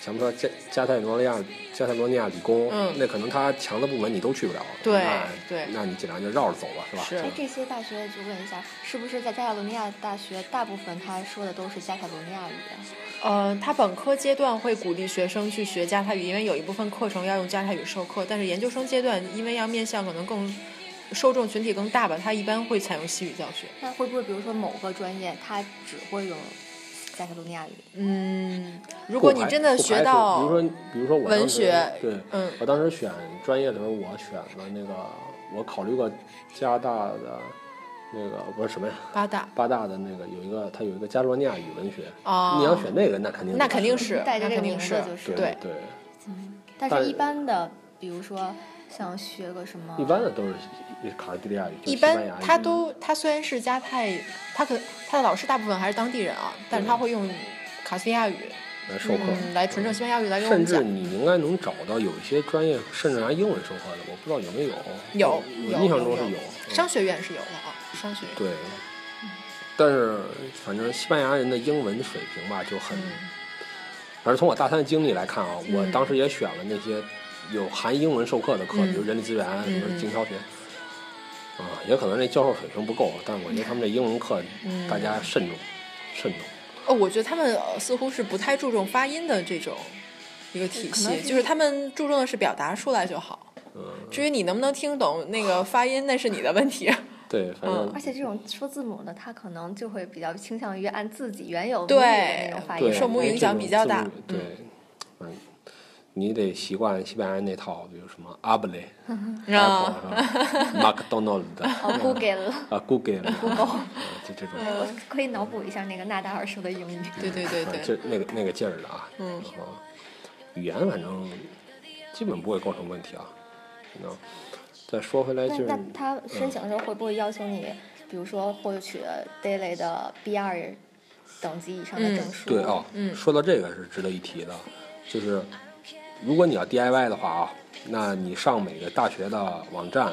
[SPEAKER 2] 咱们说加加泰罗尼亚加泰罗尼亚理工，
[SPEAKER 3] 嗯
[SPEAKER 2] 那可能他强的部门你都去不了，
[SPEAKER 3] 对
[SPEAKER 2] 那
[SPEAKER 3] 对
[SPEAKER 2] 那你尽量就绕着走吧，是吧？
[SPEAKER 3] 是
[SPEAKER 5] 哎，这些大学就问一下，是不是在加泰罗尼亚大学，大部分他说的都是加泰罗尼亚语啊？
[SPEAKER 3] 呃，他本科阶段会鼓励学生去学加泰语，因为有一部分课程要用加泰语授课，但是研究生阶段因为要面向可能更受众群体更大吧，他一般会采用西语教学。
[SPEAKER 5] 那会不会比如说某个专业他只会用加泰罗尼亚语？
[SPEAKER 3] 嗯，如
[SPEAKER 2] 如
[SPEAKER 3] 果你真的学到，
[SPEAKER 2] 比如说比如说我
[SPEAKER 3] 文
[SPEAKER 2] 当时
[SPEAKER 3] 学
[SPEAKER 2] 对，
[SPEAKER 3] 嗯
[SPEAKER 2] 我当时选专业的时候，我选了那个，我考虑过加拿大的那个不是什么呀，
[SPEAKER 3] 八大
[SPEAKER 2] 八大的那个有一个，它有一个加罗尼亚语文学，
[SPEAKER 3] 啊，
[SPEAKER 2] 你要选那个，那肯定
[SPEAKER 3] 那肯定
[SPEAKER 2] 是，
[SPEAKER 3] 是，
[SPEAKER 5] 带着
[SPEAKER 3] 那肯
[SPEAKER 5] 这个
[SPEAKER 3] 定
[SPEAKER 5] 名
[SPEAKER 3] 是
[SPEAKER 5] 字，就是。
[SPEAKER 2] 对
[SPEAKER 3] 对
[SPEAKER 2] 对，
[SPEAKER 5] 但
[SPEAKER 2] 但
[SPEAKER 5] 是一般的，比如说像学个什么，
[SPEAKER 2] 一般的都是卡地利亚语，就
[SPEAKER 3] 一
[SPEAKER 2] 西班牙
[SPEAKER 3] 般
[SPEAKER 2] 语
[SPEAKER 3] 他都他虽然是加泰，他可他的老师大部分还是当地人啊，但
[SPEAKER 2] 嗯
[SPEAKER 3] 是他会用卡斯利亚语，
[SPEAKER 2] 来呃授课，
[SPEAKER 3] 嗯，来纯正西班牙语来给我
[SPEAKER 2] 哦甚
[SPEAKER 3] 们
[SPEAKER 2] 至
[SPEAKER 3] 讲。
[SPEAKER 2] 你应该能找到有一些专业甚至拿英文授课的，我不知道有没有，
[SPEAKER 3] 有
[SPEAKER 2] 我
[SPEAKER 3] 有
[SPEAKER 2] 印象中是
[SPEAKER 3] 有
[SPEAKER 2] 嗯
[SPEAKER 3] 商学院是有的啊，商学院。
[SPEAKER 2] 对，但是反正西班牙人的英文水平吧就很，
[SPEAKER 3] 嗯
[SPEAKER 2] 反正从我大三的经历来看啊，我当时也选了那些有含英文授课的课，比
[SPEAKER 3] 嗯
[SPEAKER 2] 如人力资源，
[SPEAKER 3] 嗯
[SPEAKER 2] 比如经销学。啊，也可能这教授水平不够，但我觉得他们这英文课，
[SPEAKER 3] 嗯
[SPEAKER 2] 大家慎重，慎重。
[SPEAKER 3] 哦，我觉得他们呃似乎是不太注重发音的这种一个体
[SPEAKER 5] 可能
[SPEAKER 3] 系，
[SPEAKER 5] 是
[SPEAKER 3] 就是他们注重的是表达出来就好。
[SPEAKER 2] 嗯，
[SPEAKER 3] 至于你能不能听懂那个发音，那是你的问题。 [laughs]
[SPEAKER 2] 对，反正
[SPEAKER 3] 嗯
[SPEAKER 5] 而且这种说字母的，他可能就会比较倾向于按自己原有母语的那
[SPEAKER 3] 对
[SPEAKER 5] 种发
[SPEAKER 2] 对
[SPEAKER 5] 音。
[SPEAKER 3] 受母语影响比较大
[SPEAKER 2] 这种字母对，嗯，你得习惯西班牙人那套，比如什么 able、
[SPEAKER 3] 啊， [laughs]
[SPEAKER 2] McDonald
[SPEAKER 5] 哦，Google，
[SPEAKER 2] [laughs] 啊 Google 啊，就这种。
[SPEAKER 5] [laughs] 我可以脑补一下那个纳达尔说的英语。
[SPEAKER 3] 对嗯对对
[SPEAKER 2] 啊，
[SPEAKER 3] 对，
[SPEAKER 2] 这那个那个劲儿的啊，
[SPEAKER 3] 嗯
[SPEAKER 2] 然后语言反正基本不会构成问题啊。那再说回来
[SPEAKER 5] 那
[SPEAKER 2] 就是，嗯
[SPEAKER 5] 那他申请的时候会不会要求你，比如说获取 daily 的 B 二等级以上的证书？
[SPEAKER 2] 对哦，
[SPEAKER 3] 嗯
[SPEAKER 2] 说到这个是值得一提的，就是如果你要 DIY 的话啊，那你上每个大学的网站，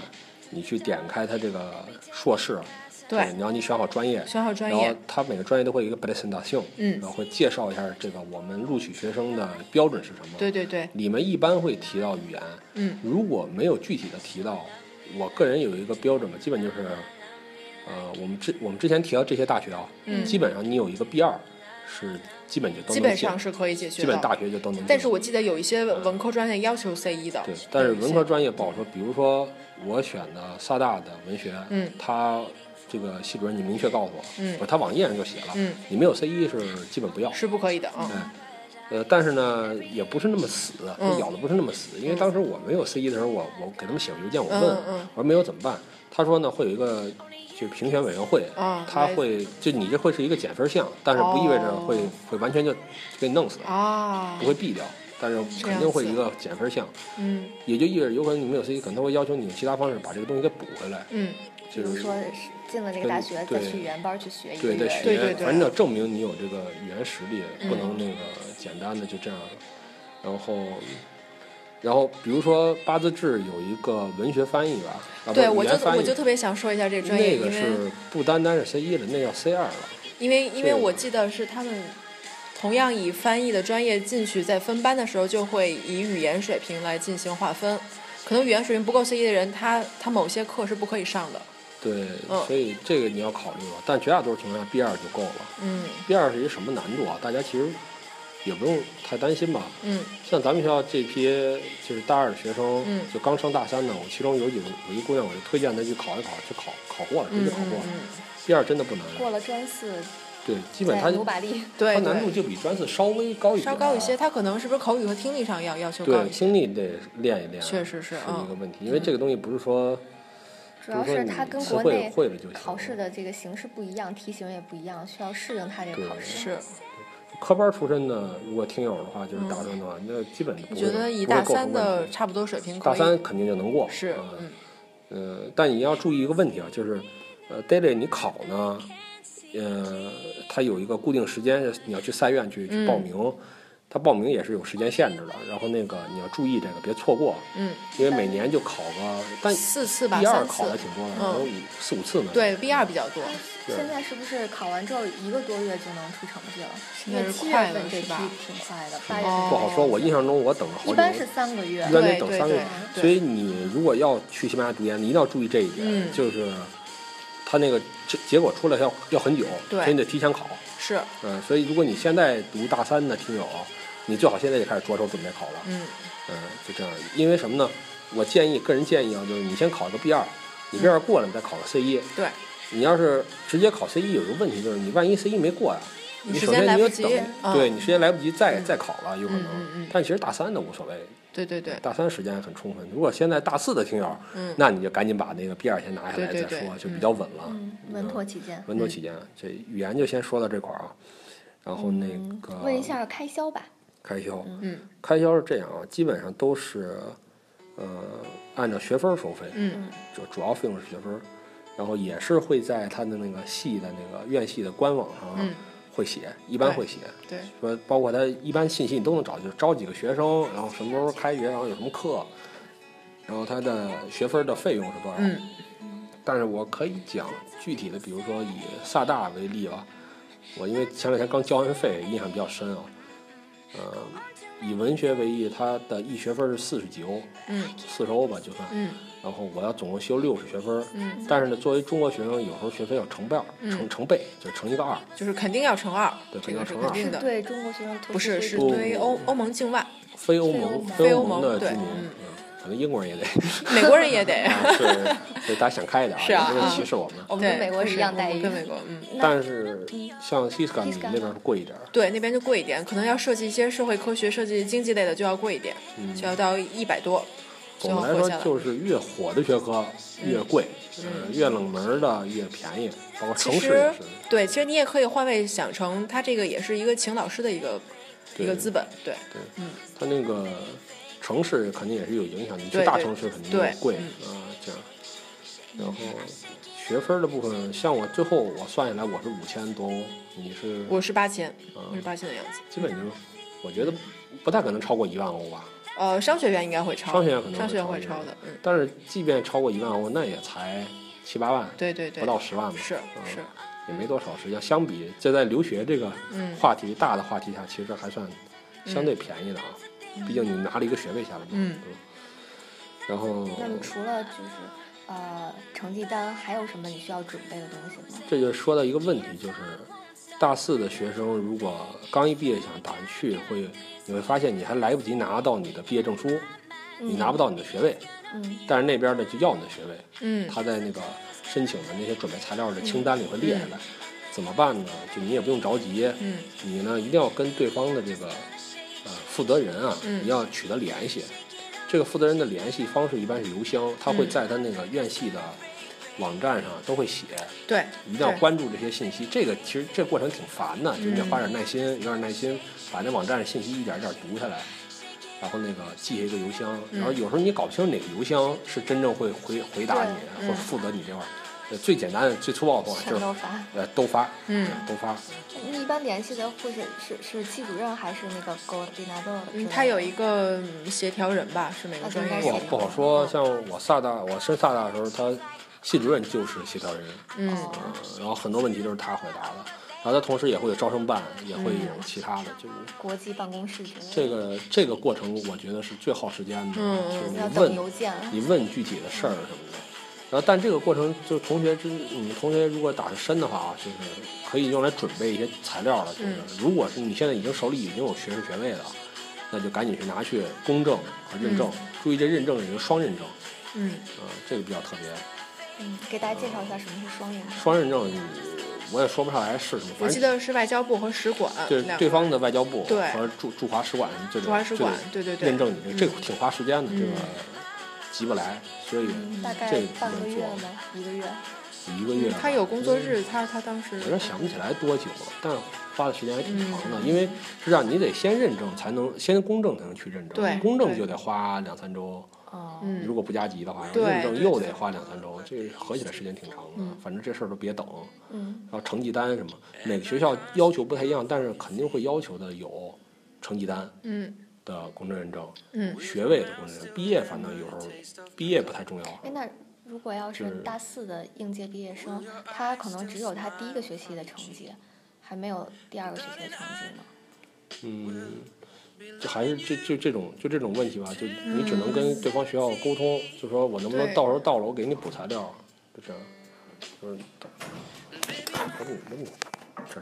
[SPEAKER 2] 你去点开它这个硕士，
[SPEAKER 3] 对
[SPEAKER 2] 然后你选好专业，
[SPEAKER 3] 选好专
[SPEAKER 2] 然后
[SPEAKER 3] 业，
[SPEAKER 2] 它每个专业都会有一个 presentation，
[SPEAKER 3] 嗯
[SPEAKER 2] 然后会介绍一下这个我们录取学生的标准是什么，
[SPEAKER 3] 对对对，
[SPEAKER 2] 里面一般会提到语言，
[SPEAKER 3] 嗯，
[SPEAKER 2] 如果没有具体的提到，我个人有一个标准吧，基本就是，呃，我们之我们之前提到这些大学啊，
[SPEAKER 3] 嗯
[SPEAKER 2] 基本上你有一个 B 二是基本就都能
[SPEAKER 3] 基
[SPEAKER 2] 进
[SPEAKER 3] 本上是可以解决
[SPEAKER 2] 基本
[SPEAKER 3] 的。
[SPEAKER 2] 大学就都能进。
[SPEAKER 3] 但是我记得有一些文科专业要求 C 一的
[SPEAKER 2] 对，，但是文
[SPEAKER 3] 嗯
[SPEAKER 2] 科专业不好说，比如说我选的厦大的文学，
[SPEAKER 3] 嗯
[SPEAKER 2] 它这个系主任你明确告诉我，
[SPEAKER 3] 嗯
[SPEAKER 2] 不是他网页上就写了，
[SPEAKER 3] 嗯
[SPEAKER 2] 你没有 C 一是基本不要，
[SPEAKER 3] 是不可以的啊。
[SPEAKER 2] 哎，呃，但是呢，也不是那么死，
[SPEAKER 3] 嗯
[SPEAKER 2] 咬的不是那么死，因为当时我没有 C 一的时候，我我给他们写过邮件，我问，
[SPEAKER 3] 嗯嗯
[SPEAKER 2] 我说没有怎么办？他说呢，会有一个就评选委员会，
[SPEAKER 3] 啊
[SPEAKER 2] 他
[SPEAKER 3] 来
[SPEAKER 2] 会就你这会是一个减分项，但是不意味着
[SPEAKER 3] 哦
[SPEAKER 2] 会、会完全就给你弄死，
[SPEAKER 3] 啊
[SPEAKER 2] 不，会毙掉，但是肯定会一个减分项，
[SPEAKER 3] 嗯
[SPEAKER 2] 也就意味着有可能你没有 C 一，可能他会要求你用其他方式把这个东西给补回来，
[SPEAKER 3] 嗯，
[SPEAKER 5] 比
[SPEAKER 2] 就
[SPEAKER 5] 如
[SPEAKER 2] 是
[SPEAKER 5] 说是进了这个大学，
[SPEAKER 2] 对
[SPEAKER 5] 再去语言班去学一个
[SPEAKER 2] 对，
[SPEAKER 5] 月
[SPEAKER 2] 得，学，
[SPEAKER 3] 对对对
[SPEAKER 2] 反正你要证明你有这个语言实力，不能那个简单的就这样。然后，然后比如说八字志有一个文学翻译吧，啊，
[SPEAKER 3] 对，
[SPEAKER 2] 不
[SPEAKER 3] 我
[SPEAKER 2] 语
[SPEAKER 3] 就
[SPEAKER 2] 言翻译
[SPEAKER 3] 我就特别想说一下这个专业，
[SPEAKER 2] 那个
[SPEAKER 3] 因为
[SPEAKER 2] 是不单单是 C 一了，那叫 C 二了。
[SPEAKER 3] 因为因为
[SPEAKER 2] 对
[SPEAKER 3] 我记得是他们同样以翻译的专业进去，在分班的时候就会以语言水平来进行划分。可能语言水平不够 C E 一的人，他他某些课是不可以上的。
[SPEAKER 2] 对，
[SPEAKER 3] 嗯
[SPEAKER 2] 所以这个你要考虑了。但绝大多数情况下，B 二就够了。
[SPEAKER 3] 嗯
[SPEAKER 2] B 二是一什么难度啊？大家其实也不用太担心吧。
[SPEAKER 3] 嗯
[SPEAKER 2] 像咱们学校这批就是大二的学生，
[SPEAKER 3] 嗯
[SPEAKER 2] 就刚升大三的，我其中有几个有一姑娘，我就推荐她去考一考，去考考过了，真
[SPEAKER 3] 嗯
[SPEAKER 2] 的考
[SPEAKER 3] 嗯
[SPEAKER 2] 过了。
[SPEAKER 3] 嗯，
[SPEAKER 2] 第二真的不难，啊
[SPEAKER 5] 过了专四，
[SPEAKER 2] 对，基本
[SPEAKER 5] 在
[SPEAKER 2] 它
[SPEAKER 5] 努
[SPEAKER 2] [laughs]
[SPEAKER 5] 把力。
[SPEAKER 2] 它
[SPEAKER 3] 对
[SPEAKER 2] 难度啊
[SPEAKER 3] 对，
[SPEAKER 2] 就比专四稍微高一点，
[SPEAKER 3] 稍高一些，，他可能是不是口语和听力上要要求高
[SPEAKER 2] 对，
[SPEAKER 3] 一些？
[SPEAKER 2] 听力得练一练，啊
[SPEAKER 3] 确实是
[SPEAKER 2] 是
[SPEAKER 3] 嗯
[SPEAKER 2] 一个问题，因为这个东西不是说，
[SPEAKER 5] 主要
[SPEAKER 2] 比如说
[SPEAKER 5] 是
[SPEAKER 2] 你
[SPEAKER 5] 它跟
[SPEAKER 2] 词
[SPEAKER 5] 国
[SPEAKER 2] 汇
[SPEAKER 5] 内
[SPEAKER 2] 会了就行
[SPEAKER 5] 考试的这个形式不一样，题型也不一样，需要适应它这
[SPEAKER 2] 对
[SPEAKER 5] 个考试。
[SPEAKER 3] 是，
[SPEAKER 2] 科班出身的，如果听友的话就是大专的话，那基本
[SPEAKER 3] 嗯
[SPEAKER 2] 不
[SPEAKER 3] 我
[SPEAKER 2] 会
[SPEAKER 3] 觉得以
[SPEAKER 2] 不会
[SPEAKER 3] 大
[SPEAKER 2] 构成
[SPEAKER 3] 三
[SPEAKER 2] 问
[SPEAKER 3] 的
[SPEAKER 2] 题，
[SPEAKER 3] 差不多水平可
[SPEAKER 2] 大
[SPEAKER 3] 以。
[SPEAKER 2] 三肯定就能过，
[SPEAKER 3] 是
[SPEAKER 2] 嗯
[SPEAKER 3] 嗯
[SPEAKER 2] 呃，但你要注意一个问题啊，就是，呃，daily 你考
[SPEAKER 3] 嗯
[SPEAKER 2] 呢，呃，它有一个固定时间，你要去赛院去去报名。它报名也是有时间限制的，然后那个你要注意这个，别错过，
[SPEAKER 3] 嗯，
[SPEAKER 2] 因为每年就考个，但
[SPEAKER 3] 四次吧，
[SPEAKER 2] B 二
[SPEAKER 3] 三
[SPEAKER 2] 考的
[SPEAKER 3] 次
[SPEAKER 2] 挺。多的，
[SPEAKER 3] 嗯
[SPEAKER 2] 有五四五次呢。
[SPEAKER 3] 对 B 二比较多，
[SPEAKER 2] 对
[SPEAKER 5] 现在是不是考完之后一个多月就能出成绩了？
[SPEAKER 3] 现
[SPEAKER 5] 因
[SPEAKER 3] 在
[SPEAKER 5] 为
[SPEAKER 3] 是
[SPEAKER 5] 七
[SPEAKER 3] 快
[SPEAKER 5] 月
[SPEAKER 3] 了
[SPEAKER 5] 份这
[SPEAKER 3] 是
[SPEAKER 5] 批
[SPEAKER 3] 吧
[SPEAKER 5] 挺快的，八月份
[SPEAKER 3] 哦
[SPEAKER 2] 不好说，我印象中我等了好
[SPEAKER 5] 一
[SPEAKER 2] 久，
[SPEAKER 5] 般是三个月
[SPEAKER 2] 一。般得
[SPEAKER 3] 对
[SPEAKER 2] 等
[SPEAKER 3] 对
[SPEAKER 2] 三个月。
[SPEAKER 3] 对
[SPEAKER 2] 所以你如果要去西班牙读研，你一定要注意这一点，
[SPEAKER 3] 嗯
[SPEAKER 2] 就是他那个这结果出来要要很久，
[SPEAKER 3] 对
[SPEAKER 2] 所以你得提前考。
[SPEAKER 3] 是，
[SPEAKER 2] 嗯，所以如果你现在读大三的听友，啊你最好现在就开始着手准备考了。
[SPEAKER 3] 嗯，
[SPEAKER 2] 嗯，就这样，因为什么呢？我建议，个人建议啊，就是你先考个 B 二，你 B 二过了，你再考个 C 一。
[SPEAKER 3] 对，
[SPEAKER 2] 你要是直接考 C 一，有一个问题就是，你万一 C 一没过呀、
[SPEAKER 3] 你时
[SPEAKER 2] 首
[SPEAKER 3] 间
[SPEAKER 2] 先
[SPEAKER 3] 来
[SPEAKER 2] 你
[SPEAKER 3] 不
[SPEAKER 2] 就
[SPEAKER 3] 及
[SPEAKER 2] 等，
[SPEAKER 3] 嗯
[SPEAKER 2] 对你时间来不及再、再考了，有可能。
[SPEAKER 3] 嗯嗯嗯
[SPEAKER 2] 但其实大三的无所谓，
[SPEAKER 3] 对对对，
[SPEAKER 2] 大三时间很充分。如果现在大四的听友，
[SPEAKER 3] 嗯
[SPEAKER 2] 那你就赶紧把那个 B 二先拿下来再说，
[SPEAKER 3] 对对对嗯
[SPEAKER 2] 就比较稳了。
[SPEAKER 5] 嗯，稳妥起见。
[SPEAKER 2] 稳妥起见，这语言就先说到这块儿啊。然后那
[SPEAKER 5] 嗯
[SPEAKER 2] 个、
[SPEAKER 5] 问一下开销吧。
[SPEAKER 2] 开销，
[SPEAKER 3] 嗯
[SPEAKER 2] 开销是这样啊，基本上都是呃按照学分儿收费，
[SPEAKER 3] 嗯
[SPEAKER 2] 就主要费用是学分儿，然后也是会在他的那个系的那个院系的官网上啊
[SPEAKER 3] 嗯，
[SPEAKER 2] 会写，一般
[SPEAKER 3] 对
[SPEAKER 2] 会写
[SPEAKER 3] 对，
[SPEAKER 2] 说包括他一般信息你都能找，就是招几个学生，然后什么时候开学，然后有什么课，然后他的学分儿的费用是多少。
[SPEAKER 3] 嗯
[SPEAKER 2] 但是我可以讲具体的，比如说以厦大为例吧，我因为前两天刚交完费，印象比较深啊。呃，以文学为例，它的一学分是四十几欧，
[SPEAKER 3] 嗯
[SPEAKER 2] 四十欧吧就算。
[SPEAKER 3] 嗯
[SPEAKER 2] 然后我要总共修六十学分，
[SPEAKER 3] 嗯，
[SPEAKER 2] 但是呢，作为中国学生，有时候学费要乘倍儿，
[SPEAKER 3] 嗯
[SPEAKER 2] 乘乘倍，就乘一个二。
[SPEAKER 3] 就是肯定要乘二，
[SPEAKER 2] 对
[SPEAKER 3] 这个是
[SPEAKER 2] 肯定要乘
[SPEAKER 3] 肯
[SPEAKER 2] 二
[SPEAKER 3] 定
[SPEAKER 5] 是
[SPEAKER 3] 的，
[SPEAKER 5] 对中国学生
[SPEAKER 3] 不是是
[SPEAKER 5] 是
[SPEAKER 2] 不
[SPEAKER 3] 对欧欧盟境外，
[SPEAKER 2] 非欧盟
[SPEAKER 5] 非
[SPEAKER 2] 欧
[SPEAKER 3] 欧
[SPEAKER 2] 盟
[SPEAKER 3] 盟
[SPEAKER 2] 的居
[SPEAKER 3] 对
[SPEAKER 2] 民，
[SPEAKER 3] 嗯
[SPEAKER 2] 可能英国人也得， [laughs]
[SPEAKER 3] 美国人也得，
[SPEAKER 2] 啊是，所以大家想开一点啊，
[SPEAKER 3] 是啊
[SPEAKER 2] 也不是
[SPEAKER 3] 啊
[SPEAKER 2] 歧视我们。
[SPEAKER 5] [laughs] 我们
[SPEAKER 3] 对，
[SPEAKER 5] 跟美国是一样待遇
[SPEAKER 3] 跟。美国嗯。
[SPEAKER 2] 但是像 Siska 你那边是贵一点儿，
[SPEAKER 3] 对，那边就贵一点，可能要涉及一些社会科学、涉及经济类的，就要贵一点，
[SPEAKER 2] 嗯
[SPEAKER 3] 就要到一百多，就要
[SPEAKER 2] 总的来
[SPEAKER 3] 活
[SPEAKER 2] 说
[SPEAKER 3] 下来。
[SPEAKER 2] 就是越火的学科越贵，嗯，越冷门的越便宜，包括城
[SPEAKER 3] 其
[SPEAKER 2] 市也
[SPEAKER 3] 实
[SPEAKER 2] 是。
[SPEAKER 3] 对，其实你也可以换位想成，它这个也是一个请老师的一个
[SPEAKER 2] 对
[SPEAKER 3] 一个资本，对
[SPEAKER 2] 它那个城市肯定也是有影响的，你去
[SPEAKER 3] 对
[SPEAKER 2] 大
[SPEAKER 3] 对
[SPEAKER 2] 城市肯定
[SPEAKER 3] 对嗯
[SPEAKER 2] 就贵啊、这样。然后学分儿的部分，像我最后我算下来我是五千多，你是
[SPEAKER 3] 我是八千，
[SPEAKER 2] 啊
[SPEAKER 3] 我是八千的样子。
[SPEAKER 2] 基本就我觉得不太可能超过一万欧吧。
[SPEAKER 3] 呃，商学院应该会超，
[SPEAKER 2] 商学院可能
[SPEAKER 3] 商学院会
[SPEAKER 2] 会超
[SPEAKER 3] 超
[SPEAKER 2] 一
[SPEAKER 3] 的，嗯，
[SPEAKER 2] 但是即便超过一万欧，那也才七八万，
[SPEAKER 3] 对对对，
[SPEAKER 2] 不到十万吧，
[SPEAKER 3] 是
[SPEAKER 2] 嗯
[SPEAKER 3] 是，
[SPEAKER 2] 也没多少时间。相比这在留学这个
[SPEAKER 3] 嗯
[SPEAKER 2] 话题、大的话题下，其实还算相对便宜的啊。毕竟你拿了一个学位下来嘛。
[SPEAKER 3] 嗯
[SPEAKER 2] 然后
[SPEAKER 5] 那么除了就是呃成绩单，还有什么你需要准备的东西吗？
[SPEAKER 2] 这就说到一个问题，就是大四的学生如果刚一毕业想打算去，会你会发现你还来不及拿到你的毕业证书，你拿不到你的学位，
[SPEAKER 5] 嗯，
[SPEAKER 2] 但是那边呢就要你的学位。
[SPEAKER 3] 嗯
[SPEAKER 2] 他在那个申请的那些准备材料的清单里会列下来。怎么办呢？就你也不用着急，
[SPEAKER 3] 嗯
[SPEAKER 2] 你呢一定要跟对方的这个呃负责人啊，
[SPEAKER 3] 嗯
[SPEAKER 2] 一定要取得联系。这个负责人的联系方式一般是邮
[SPEAKER 3] 嗯
[SPEAKER 2] 箱，他会在他那个院系的网站上都会写，
[SPEAKER 3] 对，
[SPEAKER 2] 一定要
[SPEAKER 3] 对嗯
[SPEAKER 2] 关注这些信息。这个其实这过程挺烦的，就是你得花点耐心，有点耐心把那网站信息一点一点读下来，然后那个记下一个邮箱。
[SPEAKER 3] 嗯
[SPEAKER 2] 然后有时候你搞不清哪个邮箱是真正会回回答你
[SPEAKER 3] 对嗯
[SPEAKER 2] 或者负责你这块儿。呃最简单的、最粗暴的方法就
[SPEAKER 5] 全
[SPEAKER 2] 是
[SPEAKER 5] 都发。
[SPEAKER 2] 呃都发，
[SPEAKER 3] 嗯
[SPEAKER 2] 对都发。
[SPEAKER 5] 你一般联系的会是是是系主任还是那个 g o d i n a d o
[SPEAKER 3] 嗯，他有一个嗯协调人吧，是美国
[SPEAKER 5] 啊
[SPEAKER 3] 专业
[SPEAKER 5] 应该
[SPEAKER 2] 不
[SPEAKER 5] 是
[SPEAKER 2] 好
[SPEAKER 3] 人，
[SPEAKER 2] 不好说，像我厦大，我升厦大的时候，他系主任就是协调人，
[SPEAKER 3] 嗯
[SPEAKER 2] 嗯，然后很多问题都是他回答的，然后他同时也会有招生办，也会有其他的，就是
[SPEAKER 5] 国际办公室之类的，
[SPEAKER 2] 这个这个过程，我觉得是最耗时间的，
[SPEAKER 3] 嗯
[SPEAKER 2] 就是
[SPEAKER 5] 要
[SPEAKER 2] 你
[SPEAKER 5] 等邮
[SPEAKER 2] 问
[SPEAKER 5] 件。
[SPEAKER 2] 你问具体的事儿什么的。然后，但这个过程就是同学之，你们同学如果打算深的话啊，就是可以用来准备一些材料了。
[SPEAKER 5] 嗯
[SPEAKER 2] 就是、如果是你现在已经手里已经有学士学位了，那就赶紧去拿去公证和认证。
[SPEAKER 5] 嗯
[SPEAKER 2] 注意这认证也是双认证
[SPEAKER 3] 嗯
[SPEAKER 2] 啊、这个比较特别。
[SPEAKER 5] 嗯，给大家介绍一下什么是双认证。
[SPEAKER 2] 双认证我也说不上来是什么，
[SPEAKER 3] 我
[SPEAKER 2] 反
[SPEAKER 3] 记
[SPEAKER 2] 正
[SPEAKER 3] 得是外交部和使馆
[SPEAKER 2] 对
[SPEAKER 3] 两
[SPEAKER 2] 对
[SPEAKER 3] 个，
[SPEAKER 2] 方的外交部
[SPEAKER 3] 对
[SPEAKER 2] 和驻驻华使馆什么这种，
[SPEAKER 3] 驻华使馆
[SPEAKER 2] 这种
[SPEAKER 3] 对对对
[SPEAKER 2] 认证你这个挺花时间的，这个
[SPEAKER 3] 嗯
[SPEAKER 2] 急不来，所以
[SPEAKER 5] 大概
[SPEAKER 2] 嗯这个
[SPEAKER 5] 半个
[SPEAKER 2] 能
[SPEAKER 5] 月
[SPEAKER 2] 做
[SPEAKER 5] 吗？一个月？
[SPEAKER 2] 一个月吧。
[SPEAKER 3] 嗯他有工作日，他他当时
[SPEAKER 2] 我有点想不起来多久了，但花的时间还挺长
[SPEAKER 3] 嗯
[SPEAKER 2] 的，因为是这样，你得先认证才能，先公证才能去认证，
[SPEAKER 3] 对
[SPEAKER 2] 公证
[SPEAKER 3] 对
[SPEAKER 2] 就得花两三周，
[SPEAKER 5] 哦，
[SPEAKER 3] 嗯
[SPEAKER 2] 如果不加急的话，
[SPEAKER 3] 对
[SPEAKER 2] 认证
[SPEAKER 3] 对
[SPEAKER 2] 又
[SPEAKER 3] 对嗯
[SPEAKER 2] 得花两三周，这合起来时间挺长的。反正这事儿都别等，
[SPEAKER 5] 嗯，
[SPEAKER 2] 啊然后成绩单什么，每个学校要求不太一样，但是肯定会要求的有成绩单
[SPEAKER 3] 嗯
[SPEAKER 2] 的公证认证，
[SPEAKER 3] 嗯
[SPEAKER 2] 学位的公证认证，毕业反正有时候毕业不太重要。啊
[SPEAKER 5] 哎，那如果要是大四的应届毕业生，他可能只有他第一个学期的成绩，还没有第二个学期的成绩呢。
[SPEAKER 2] 嗯，就还是这就这种就这种问题吧，就你只能跟对方学校沟通，就说我能不能
[SPEAKER 3] 对
[SPEAKER 2] 到时候到了我给你补材料，就这样，就是到，我怎么我怎么整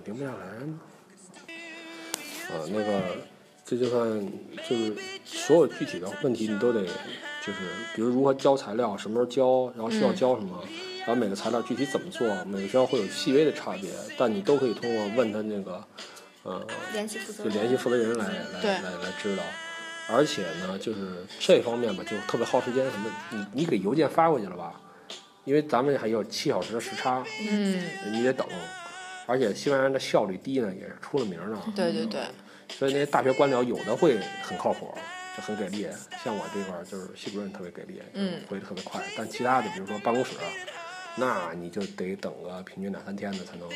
[SPEAKER 2] 停不下来呢？啊，那个，这就算就是所有具体的问题你都得就是，比如如何交材料，什么时候交，然后需要交什么。然后每个材料具体怎么做，每个学校会有细微的差别，但你都可以通过问他那个，呃，
[SPEAKER 4] 联系负责
[SPEAKER 2] 就
[SPEAKER 4] 人。
[SPEAKER 2] 联系负责人来来
[SPEAKER 3] 对
[SPEAKER 2] 来来知道。而且呢，就是这方面吧，就特别耗时间。什么，你你给邮件发过去了吧？因为咱们还有七小时的时差，
[SPEAKER 3] 嗯，
[SPEAKER 2] 你得等。而且西班牙人的效率低呢，也是出了名儿的。
[SPEAKER 3] 对对对，
[SPEAKER 2] 所以那些大学官僚有的会很靠谱，就很给力。像我这块儿就是系主任特别给力，
[SPEAKER 3] 嗯，
[SPEAKER 2] 回的特别快。但其他的，比如说办公室，啊那你就得等个平均两三天的才能回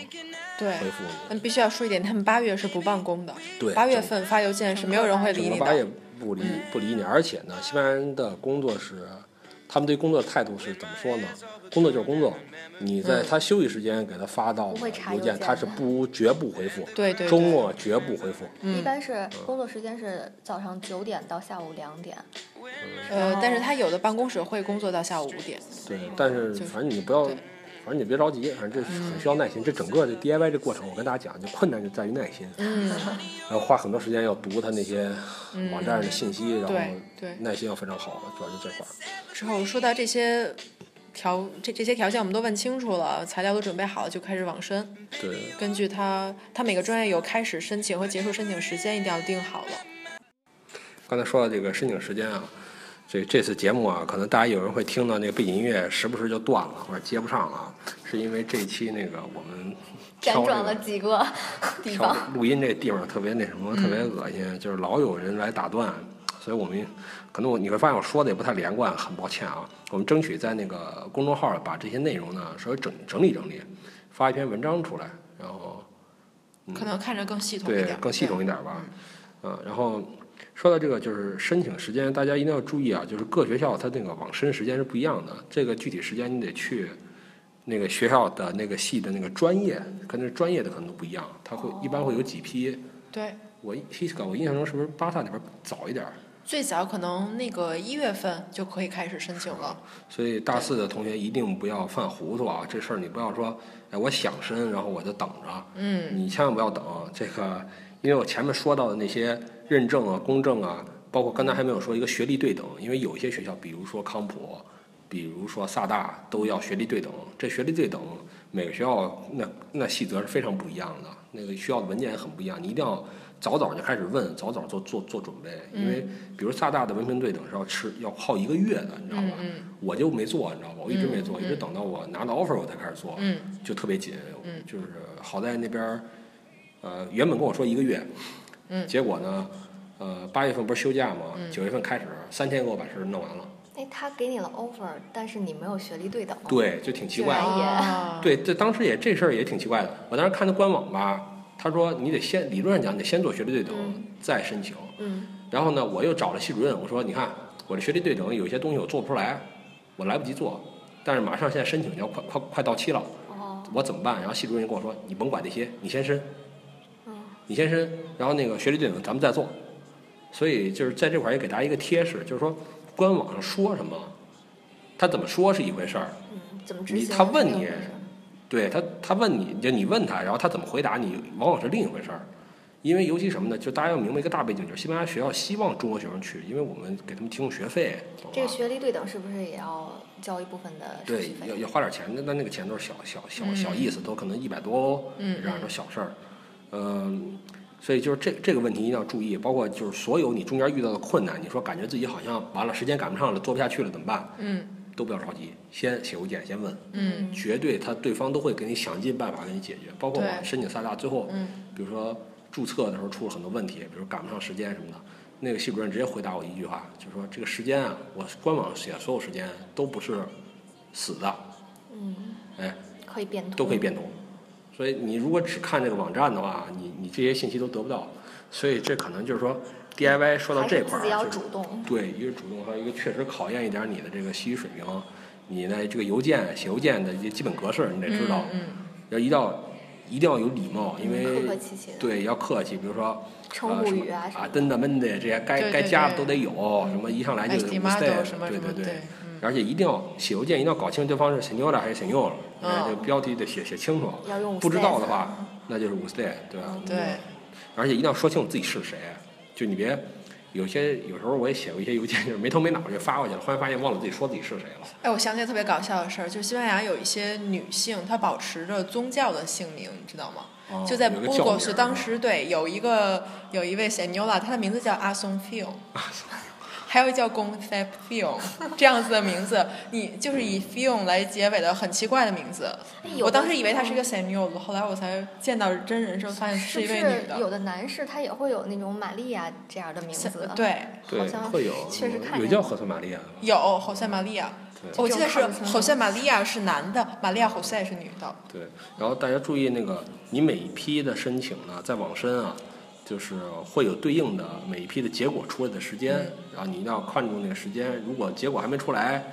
[SPEAKER 3] 对，
[SPEAKER 2] 复你。
[SPEAKER 3] 那必须要说一点，他们八月是不办公的，
[SPEAKER 2] 对
[SPEAKER 3] 八月份发邮件是没有人会理
[SPEAKER 2] 整
[SPEAKER 3] 你
[SPEAKER 2] 个八也
[SPEAKER 3] 的，
[SPEAKER 2] 不理
[SPEAKER 3] 嗯
[SPEAKER 2] 不理你，而且呢，西班牙人的工作是，他们对工作的态度是怎么说呢？工作就是工作，你
[SPEAKER 3] 嗯
[SPEAKER 2] 在他休息时间给他发到
[SPEAKER 5] 不会查
[SPEAKER 2] 邮
[SPEAKER 5] 邮件
[SPEAKER 2] 他是不绝不回复，
[SPEAKER 3] 对对对嗯
[SPEAKER 2] 周末绝不回复，
[SPEAKER 5] 一般是工作时间是早上九点到下午两点，
[SPEAKER 3] 呃，但是他有的办公室会工作到下午五点，
[SPEAKER 2] 对，但是
[SPEAKER 3] 就是
[SPEAKER 2] 反正你不要，
[SPEAKER 3] 对嗯
[SPEAKER 2] 反正你别着急，反正这是很需要耐心。这整个这 DIY 这过程，我跟大家讲，就困难就在于耐心，
[SPEAKER 3] 嗯，
[SPEAKER 2] 然后花很多时间要读他那些网站上的信息，然后
[SPEAKER 3] 对对
[SPEAKER 2] 耐心要非常好，主要就这块儿。
[SPEAKER 3] 之后说到这些条这这些条件我们都问清楚了，材料都准备好了，就开始网申。
[SPEAKER 2] 对，
[SPEAKER 3] 根据他他每个专业有开始申请和结束申请时间，一定要定好了。
[SPEAKER 2] 刚才说到这个申请时间啊。这这次节目啊，可能大家有人会听到那个背景音乐时不时就断了或者接不上了啊，是因为这一期那个我们挑
[SPEAKER 5] 辗转
[SPEAKER 2] 这
[SPEAKER 5] 了
[SPEAKER 2] 个
[SPEAKER 5] 几个 [laughs] 地
[SPEAKER 2] 挑
[SPEAKER 5] 方。嗯
[SPEAKER 2] 录音这地方特别那什么，特别恶心，就是老有人来打断，所以我们可能我你会发现我说的也不太连贯，很抱歉啊。我们争取在那个公众号把这些内容呢稍微整整理整理，发一篇文章出来，然后
[SPEAKER 3] 可能看着更系统
[SPEAKER 2] 嗯
[SPEAKER 3] 一
[SPEAKER 2] 对
[SPEAKER 3] 点，
[SPEAKER 2] 更系统一点吧。嗯，然后说到这个就是申请时间，大家一定要注意啊，就是各学校它那个网申时间是不一样的，这个具体时间你得去。那个学校的那个系的那个专业，跟那专业的可能都不一样，它会
[SPEAKER 3] 哦
[SPEAKER 2] 一般会有几批，
[SPEAKER 3] 对。
[SPEAKER 2] 我 h i s c a 我印象中是不是巴萨那边早一点儿？
[SPEAKER 3] 最早可能那个一月份就可以开始申请了，
[SPEAKER 2] 所以大四的同学一定不要犯糊涂啊！这事儿你不要说，哎，我想申，然后我就等着。
[SPEAKER 3] 嗯，
[SPEAKER 2] 你千万不要等啊这个，因为我前面说到的那些认证啊、公证啊，包括刚才还没有说一个学历对等，因为有一些学校，比如说康普，比如说萨大，都要学历对等。这学历对等，每个学校那那细则是非常不一样的，那个需要的文件也很不一样，你一定要早早就开始问，早早做做做准备，因为
[SPEAKER 3] 嗯
[SPEAKER 2] 比如萨大的文凭对等是要吃要耗一个月的，你知道吧？
[SPEAKER 3] 嗯
[SPEAKER 2] 我就没做，你知道吧？我一直没做，一直等到我拿到 offer 我才开始做，
[SPEAKER 3] 嗯
[SPEAKER 2] 就特别紧，就是好在那边儿，呃，原本跟我说一个月，
[SPEAKER 3] 嗯
[SPEAKER 2] 结果呢，呃，八月份不是休假吗？九、月份开始三天给我把事儿弄
[SPEAKER 3] 哦
[SPEAKER 2] 完了，
[SPEAKER 5] 哎，他给你了 offer，但是你没有学历对等。
[SPEAKER 2] 对，就挺奇怪的
[SPEAKER 5] 哎。呀
[SPEAKER 3] 啊，
[SPEAKER 2] 对，这当时也这事儿也挺奇怪的。我当时看他官网吧，他说你得先理论上讲，你得先做学历对等，再申请。
[SPEAKER 5] 嗯，
[SPEAKER 2] 然后呢，我又找了系主任，我说你看我这学历对等有些东西我做不出来，我来不及做，但是马上现在申请要快快快到期了，
[SPEAKER 5] 哦，
[SPEAKER 2] 我怎么办？然后系主任就跟我说你甭管这些，你先申，
[SPEAKER 5] 嗯，
[SPEAKER 2] 你先申，然后那个学历对等咱们再做。所以就是在这块儿也给大家一个贴士，就是说官网上说什么，他怎么说是一回事儿，
[SPEAKER 5] 嗯，怎么执
[SPEAKER 2] 你
[SPEAKER 5] 行？
[SPEAKER 2] 他问你啊对他，他问你，就你问他，然后他怎么回答你，往往是另一回事儿。因为尤其什么呢？就大家要明白一个大背景，就是西班牙学校希望中国学生去，因为我们给他们提供学费，懂
[SPEAKER 5] 这个
[SPEAKER 2] 吗？
[SPEAKER 5] 学历对等是不是也要交一部分的手
[SPEAKER 2] 对
[SPEAKER 5] 续，费？嗯
[SPEAKER 2] 要要花点钱，那那那个钱都是小小小小意思，都可能一百多欧，
[SPEAKER 3] 嗯
[SPEAKER 2] 这样的小事儿。嗯，所以就是这这个问题一定要注意，包括就是所有你中间遇到的困难，你说感觉自己好像完了，时间赶不上了，做不下去了，怎么办？
[SPEAKER 3] 嗯
[SPEAKER 2] 都不要着急，先写邮件，先问。
[SPEAKER 3] 嗯
[SPEAKER 2] 绝对他对方都会给你想尽办法给你解决，包括我
[SPEAKER 3] 对
[SPEAKER 2] 申请萨大最后，
[SPEAKER 3] 嗯
[SPEAKER 2] 比如说注册的时候出了很多问题，比如赶不上时间什么的，那个系主任直接回答我一句话，就说这个时间啊，我官网写所有时间都不是死的，
[SPEAKER 5] 嗯，
[SPEAKER 2] 哎，
[SPEAKER 5] 可以变通。
[SPEAKER 2] 都可以变通。所以你如果只看这个网站的话，你你这些信息都得不到，所以这可能就是说 DIY 说到
[SPEAKER 5] 还
[SPEAKER 2] 这
[SPEAKER 5] 是
[SPEAKER 2] 块
[SPEAKER 5] 自
[SPEAKER 2] 儿
[SPEAKER 5] 己
[SPEAKER 2] 啊，
[SPEAKER 5] 要
[SPEAKER 2] 就是
[SPEAKER 5] 主动。
[SPEAKER 2] 对，一个主动，还有一个确实考验一点你的这个西医水平，你的这个邮件写邮件的一些基本格式你得知道，
[SPEAKER 3] 嗯
[SPEAKER 2] 要一定要一定要有礼貌，因为
[SPEAKER 5] 客客气气的
[SPEAKER 2] 对要客气，比如说。
[SPEAKER 5] 称呼语啊
[SPEAKER 2] 啊
[SPEAKER 5] 什
[SPEAKER 2] 什
[SPEAKER 5] 么
[SPEAKER 2] 么
[SPEAKER 5] 的
[SPEAKER 2] 真的闷的这些该
[SPEAKER 3] 对
[SPEAKER 2] 该
[SPEAKER 3] 对
[SPEAKER 2] 加的
[SPEAKER 3] 对哎
[SPEAKER 2] 都得有，什么一上来就
[SPEAKER 3] Estimado
[SPEAKER 2] 是 mistake，
[SPEAKER 3] 什么
[SPEAKER 2] 对
[SPEAKER 3] 什么
[SPEAKER 2] 对
[SPEAKER 3] 对嗯
[SPEAKER 2] 而且一定要写邮件一定要搞清对方是 senora 还是 senor，哎
[SPEAKER 3] 嗯
[SPEAKER 2] 这标题得写写清楚，
[SPEAKER 5] 要用
[SPEAKER 2] 不知
[SPEAKER 5] usted
[SPEAKER 2] 道的话那就是 mistake，对吧？
[SPEAKER 5] 嗯
[SPEAKER 3] 对
[SPEAKER 2] 嗯而且一定要说清楚自己是谁，啊就你别有些有时候我也写过一些邮件，就是没头没脑就发过去了，忽然发现忘了自己说自己是谁了。
[SPEAKER 3] 哎，我想起来特别搞笑的事儿，就是西班牙有一些女性，她保持着宗教的姓名，你知道吗？
[SPEAKER 2] 哦
[SPEAKER 3] 就在
[SPEAKER 2] 有一个教名
[SPEAKER 3] Burgos，当时对有一个有一位 Senora，她的名字叫 a s o n f i o 还有叫 Concepcion 这样子的名字，你就是以 Fion 来结尾的很奇怪的名字
[SPEAKER 5] 哎。有
[SPEAKER 3] 我
[SPEAKER 5] 的
[SPEAKER 3] 当时以为她是一个 Senora，后来我才见到真人时候发现
[SPEAKER 5] 是
[SPEAKER 3] 一
[SPEAKER 5] 不
[SPEAKER 3] 位女
[SPEAKER 5] 是有
[SPEAKER 3] 的。
[SPEAKER 5] 的男士他也会有那种玛利亚这样的名字啊
[SPEAKER 3] Se- 呃对，
[SPEAKER 5] 好像
[SPEAKER 2] 会有
[SPEAKER 5] 确实看
[SPEAKER 2] 有
[SPEAKER 5] 见
[SPEAKER 2] 叫何塞玛利亚的吧？
[SPEAKER 3] 有侯赛玛利亚，
[SPEAKER 2] 对
[SPEAKER 3] 我记得是
[SPEAKER 5] 这种看不清
[SPEAKER 3] 侯赛玛利亚是男的，玛利亚侯赛是女的。
[SPEAKER 2] 对，然后大家注意那个，你每一批的申请呢，在网申啊，就是会有对应的每一批的结果出来的时间，
[SPEAKER 5] 嗯
[SPEAKER 2] 然后你一定要看中那个时间。如果结果还没出来，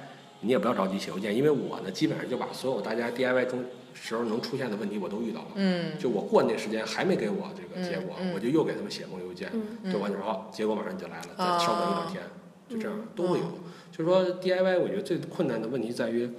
[SPEAKER 2] 你也不要着急写邮件，因为我呢，基本上就把所有大家 DIY 中时候能出现的问题我都遇到了。
[SPEAKER 3] 嗯，
[SPEAKER 2] 就我过那时间还没给我这个结果，
[SPEAKER 3] 嗯嗯
[SPEAKER 2] 我就又给他们写封邮件，
[SPEAKER 5] 嗯嗯
[SPEAKER 2] 对完就说好，结果马上就来了，再
[SPEAKER 3] 哦
[SPEAKER 2] 稍等一两天，就这样都会有。就是说 DIY，我觉得最困难的问题在于，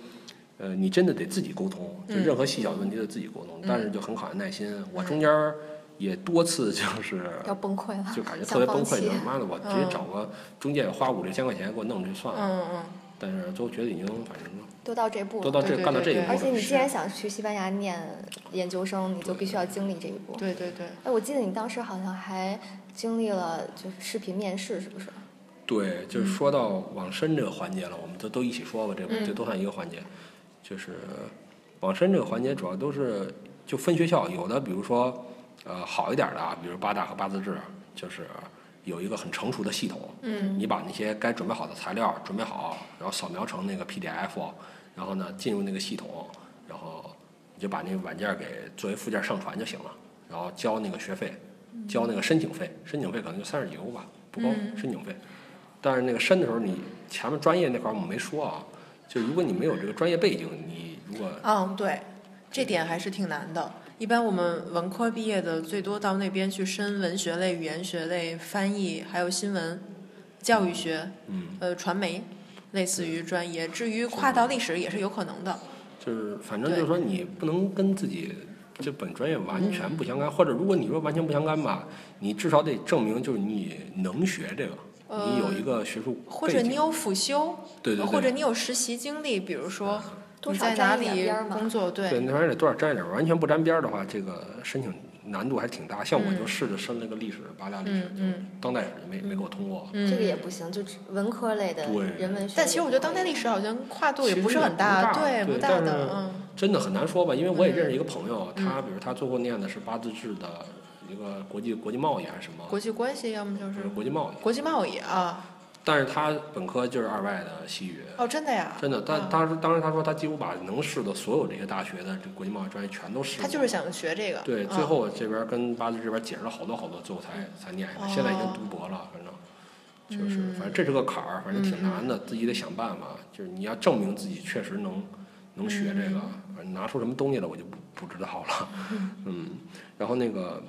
[SPEAKER 2] 呃，你真的得自己沟通，就
[SPEAKER 5] 嗯
[SPEAKER 2] 任何细小的问题都自己沟通，但是就很考验耐心。我中间儿也多次就是 [laughs]
[SPEAKER 5] 要崩溃了，
[SPEAKER 2] 就感觉特
[SPEAKER 5] 想
[SPEAKER 2] 别崩
[SPEAKER 5] 放
[SPEAKER 2] 溃，
[SPEAKER 5] 弃嗯
[SPEAKER 2] 就是。妈的，我直接找个中介花五六千块钱给我弄这算了，
[SPEAKER 3] 嗯嗯。
[SPEAKER 2] 但是最后觉得已经反正
[SPEAKER 5] 都到这步
[SPEAKER 2] 都
[SPEAKER 5] 了，
[SPEAKER 2] 到这
[SPEAKER 3] 对对
[SPEAKER 2] 干到这一
[SPEAKER 3] 对
[SPEAKER 2] 步
[SPEAKER 5] 而
[SPEAKER 2] 了
[SPEAKER 5] 且，你
[SPEAKER 3] 是
[SPEAKER 5] 既然想去西班牙念研究生，你就必须要经历这一步。
[SPEAKER 3] 对对对，
[SPEAKER 5] 哎，我记得你当时好像还经历了就是视频面试，是不是？
[SPEAKER 2] 对，就是说到网申这个环节了，我们都都一起说吧，这
[SPEAKER 5] 嗯
[SPEAKER 2] 这都算一个环节。就是网申这个环节，主要都是就分学校，有的比如说呃好一点的啊，比如八大和八自治，就是有一个很成熟的系统，
[SPEAKER 3] 嗯
[SPEAKER 2] 你把那些该准备好的材料准备好，然后扫描成那个 PDF，然后呢进入那个系统，然后你就把那个软件给作为附件上传就行了，然后交那个学费，交那个申请费，申请费可能就三十几欧吧，不高，申请费。但是那个申的时候，你前面专业那块儿我们没说啊，就如果你没有这个专业背景，你如果
[SPEAKER 3] 嗯，对，这点还是挺难的。一般我们文科毕业的，最多到那边去申文学类、语言学类、翻译，还有新闻、教育学、
[SPEAKER 2] 嗯，
[SPEAKER 3] 呃，传媒，类似于专业。至于跨到历史也是有可能的。
[SPEAKER 2] 嗯就是反正就是说你不能跟自己就本专业完全不相干，或者如果你说完全不相干吧，你至少得证明就是你能学这个，
[SPEAKER 3] 呃
[SPEAKER 2] 你有一个学术
[SPEAKER 3] 或
[SPEAKER 2] 背
[SPEAKER 3] 者
[SPEAKER 2] 景
[SPEAKER 3] 你有辅修，
[SPEAKER 2] 对对对，
[SPEAKER 3] 或者你有实习经历，比如说
[SPEAKER 5] 多
[SPEAKER 3] 你
[SPEAKER 5] 少
[SPEAKER 3] 在哪
[SPEAKER 5] 沾一点
[SPEAKER 3] 里
[SPEAKER 5] 边儿嘛
[SPEAKER 3] 工作，
[SPEAKER 2] 对，那玩意儿得多少沾一点儿，完全不沾边儿的话，这个申请难度还挺大。像我就试着申了个历史，八大历史，
[SPEAKER 3] 嗯
[SPEAKER 2] 就是当代史就没没给我通过。
[SPEAKER 3] 嗯
[SPEAKER 5] 这个也不行，就只文科类的
[SPEAKER 2] 对
[SPEAKER 5] 人文学。
[SPEAKER 3] 但其实我觉得当代历史好像跨度也
[SPEAKER 2] 其
[SPEAKER 3] 不
[SPEAKER 2] 实
[SPEAKER 3] 是
[SPEAKER 2] 也
[SPEAKER 3] 很大，
[SPEAKER 2] 不
[SPEAKER 3] 对，
[SPEAKER 2] 对，
[SPEAKER 3] 不大
[SPEAKER 2] 但
[SPEAKER 3] 的，
[SPEAKER 2] 是
[SPEAKER 3] 嗯，
[SPEAKER 2] 真的很难说吧，因为我也认识一个朋友，他比如他最后念的是八自治的一个国际国际贸易还是什么，
[SPEAKER 3] 国际关系要么就
[SPEAKER 2] 就是是国际贸易，
[SPEAKER 3] 国际贸易啊，
[SPEAKER 2] 但是他本科就是二外的西语。
[SPEAKER 3] 哦，真的呀，
[SPEAKER 2] 真的，
[SPEAKER 3] 啊
[SPEAKER 2] 但当时当时他说他几乎把能试的所有这些大学的这个国际贸易专业全都试过。
[SPEAKER 3] 他就是想学这个，
[SPEAKER 2] 对，
[SPEAKER 3] 嗯
[SPEAKER 2] 最后这边跟八字这边解释了好多好多，最后才才念
[SPEAKER 3] 哦
[SPEAKER 2] 下来。现在已经读博了，反正就是
[SPEAKER 3] 嗯
[SPEAKER 2] 反正这是个坎儿，反正挺难的，自己得想办法。就是你要证明自己确实能能学这个，
[SPEAKER 3] 嗯
[SPEAKER 2] 反正拿出什么东西来我就不不知道
[SPEAKER 3] [laughs]
[SPEAKER 2] 了。嗯，然后那个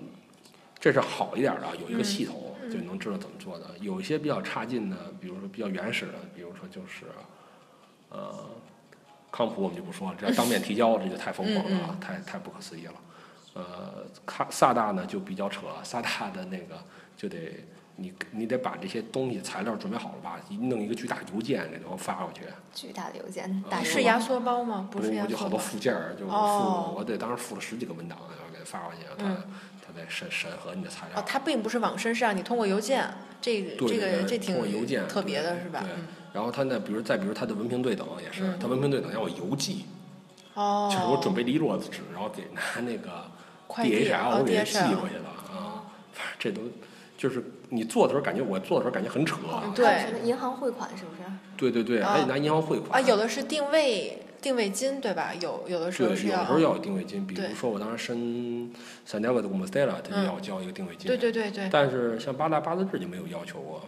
[SPEAKER 2] 这是好一点的，有一个系统
[SPEAKER 3] 嗯
[SPEAKER 2] 就能知道怎么做的。有一些比较差劲的，比如说比较原始的，比如说就是呃。康普我们就不说了，只要当面提交，这就太疯狂
[SPEAKER 3] 嗯
[SPEAKER 2] 了，啊，太太不可思议了。呃，卡萨大呢就比较扯，萨大的那个就得你你得把这些东西材料准备好了吧，一弄一个巨大邮件给它发过去，
[SPEAKER 5] 巨大的邮件，
[SPEAKER 2] 啊
[SPEAKER 5] 大
[SPEAKER 3] 是
[SPEAKER 5] 邮
[SPEAKER 3] 压缩包吗？不是
[SPEAKER 2] 我
[SPEAKER 3] 压
[SPEAKER 2] 我就
[SPEAKER 3] 缩
[SPEAKER 2] 好多
[SPEAKER 3] 包。
[SPEAKER 2] 附件儿，就我
[SPEAKER 3] 哦
[SPEAKER 2] 附我得当时附了十几个文档，然后给它发过去，他他再审审核你的材料。
[SPEAKER 3] 嗯哦，它并不是网申，是让你通过邮件，这个
[SPEAKER 2] 对呃
[SPEAKER 3] 这个这
[SPEAKER 2] 通过邮件
[SPEAKER 3] 挺特别的
[SPEAKER 2] 对
[SPEAKER 3] 是吧？
[SPEAKER 2] 对
[SPEAKER 3] 嗯。
[SPEAKER 2] 然后他呢，比如再比如他的文凭对等也是，他文凭对等要我邮寄，
[SPEAKER 3] 哦，
[SPEAKER 2] 就是我准备了一摞子纸，然后得拿那个
[SPEAKER 3] 快递
[SPEAKER 2] DHL
[SPEAKER 3] 哦
[SPEAKER 2] 我给人寄
[SPEAKER 3] ，DHL
[SPEAKER 2] 过去了
[SPEAKER 3] 哦
[SPEAKER 2] 啊。反正这都就是你做的时候感觉我做的时候感觉很扯，啊
[SPEAKER 5] 哦
[SPEAKER 3] 对
[SPEAKER 5] 还有什么银行汇款是不是？
[SPEAKER 2] 对对对，还得拿银行汇
[SPEAKER 3] 啊，
[SPEAKER 2] 款。
[SPEAKER 3] 有的是定位定位金对吧？有有的时
[SPEAKER 2] 对，
[SPEAKER 3] 候
[SPEAKER 2] 有
[SPEAKER 3] 是
[SPEAKER 2] 时
[SPEAKER 3] 要啊
[SPEAKER 2] 候要有定位金，比
[SPEAKER 3] 对
[SPEAKER 2] 如说我当时申 Santiago de Compostela，它就
[SPEAKER 3] 嗯
[SPEAKER 2] 要交一个定位金。
[SPEAKER 3] 对对对对，
[SPEAKER 2] 但是像八大八字制就没有要求过，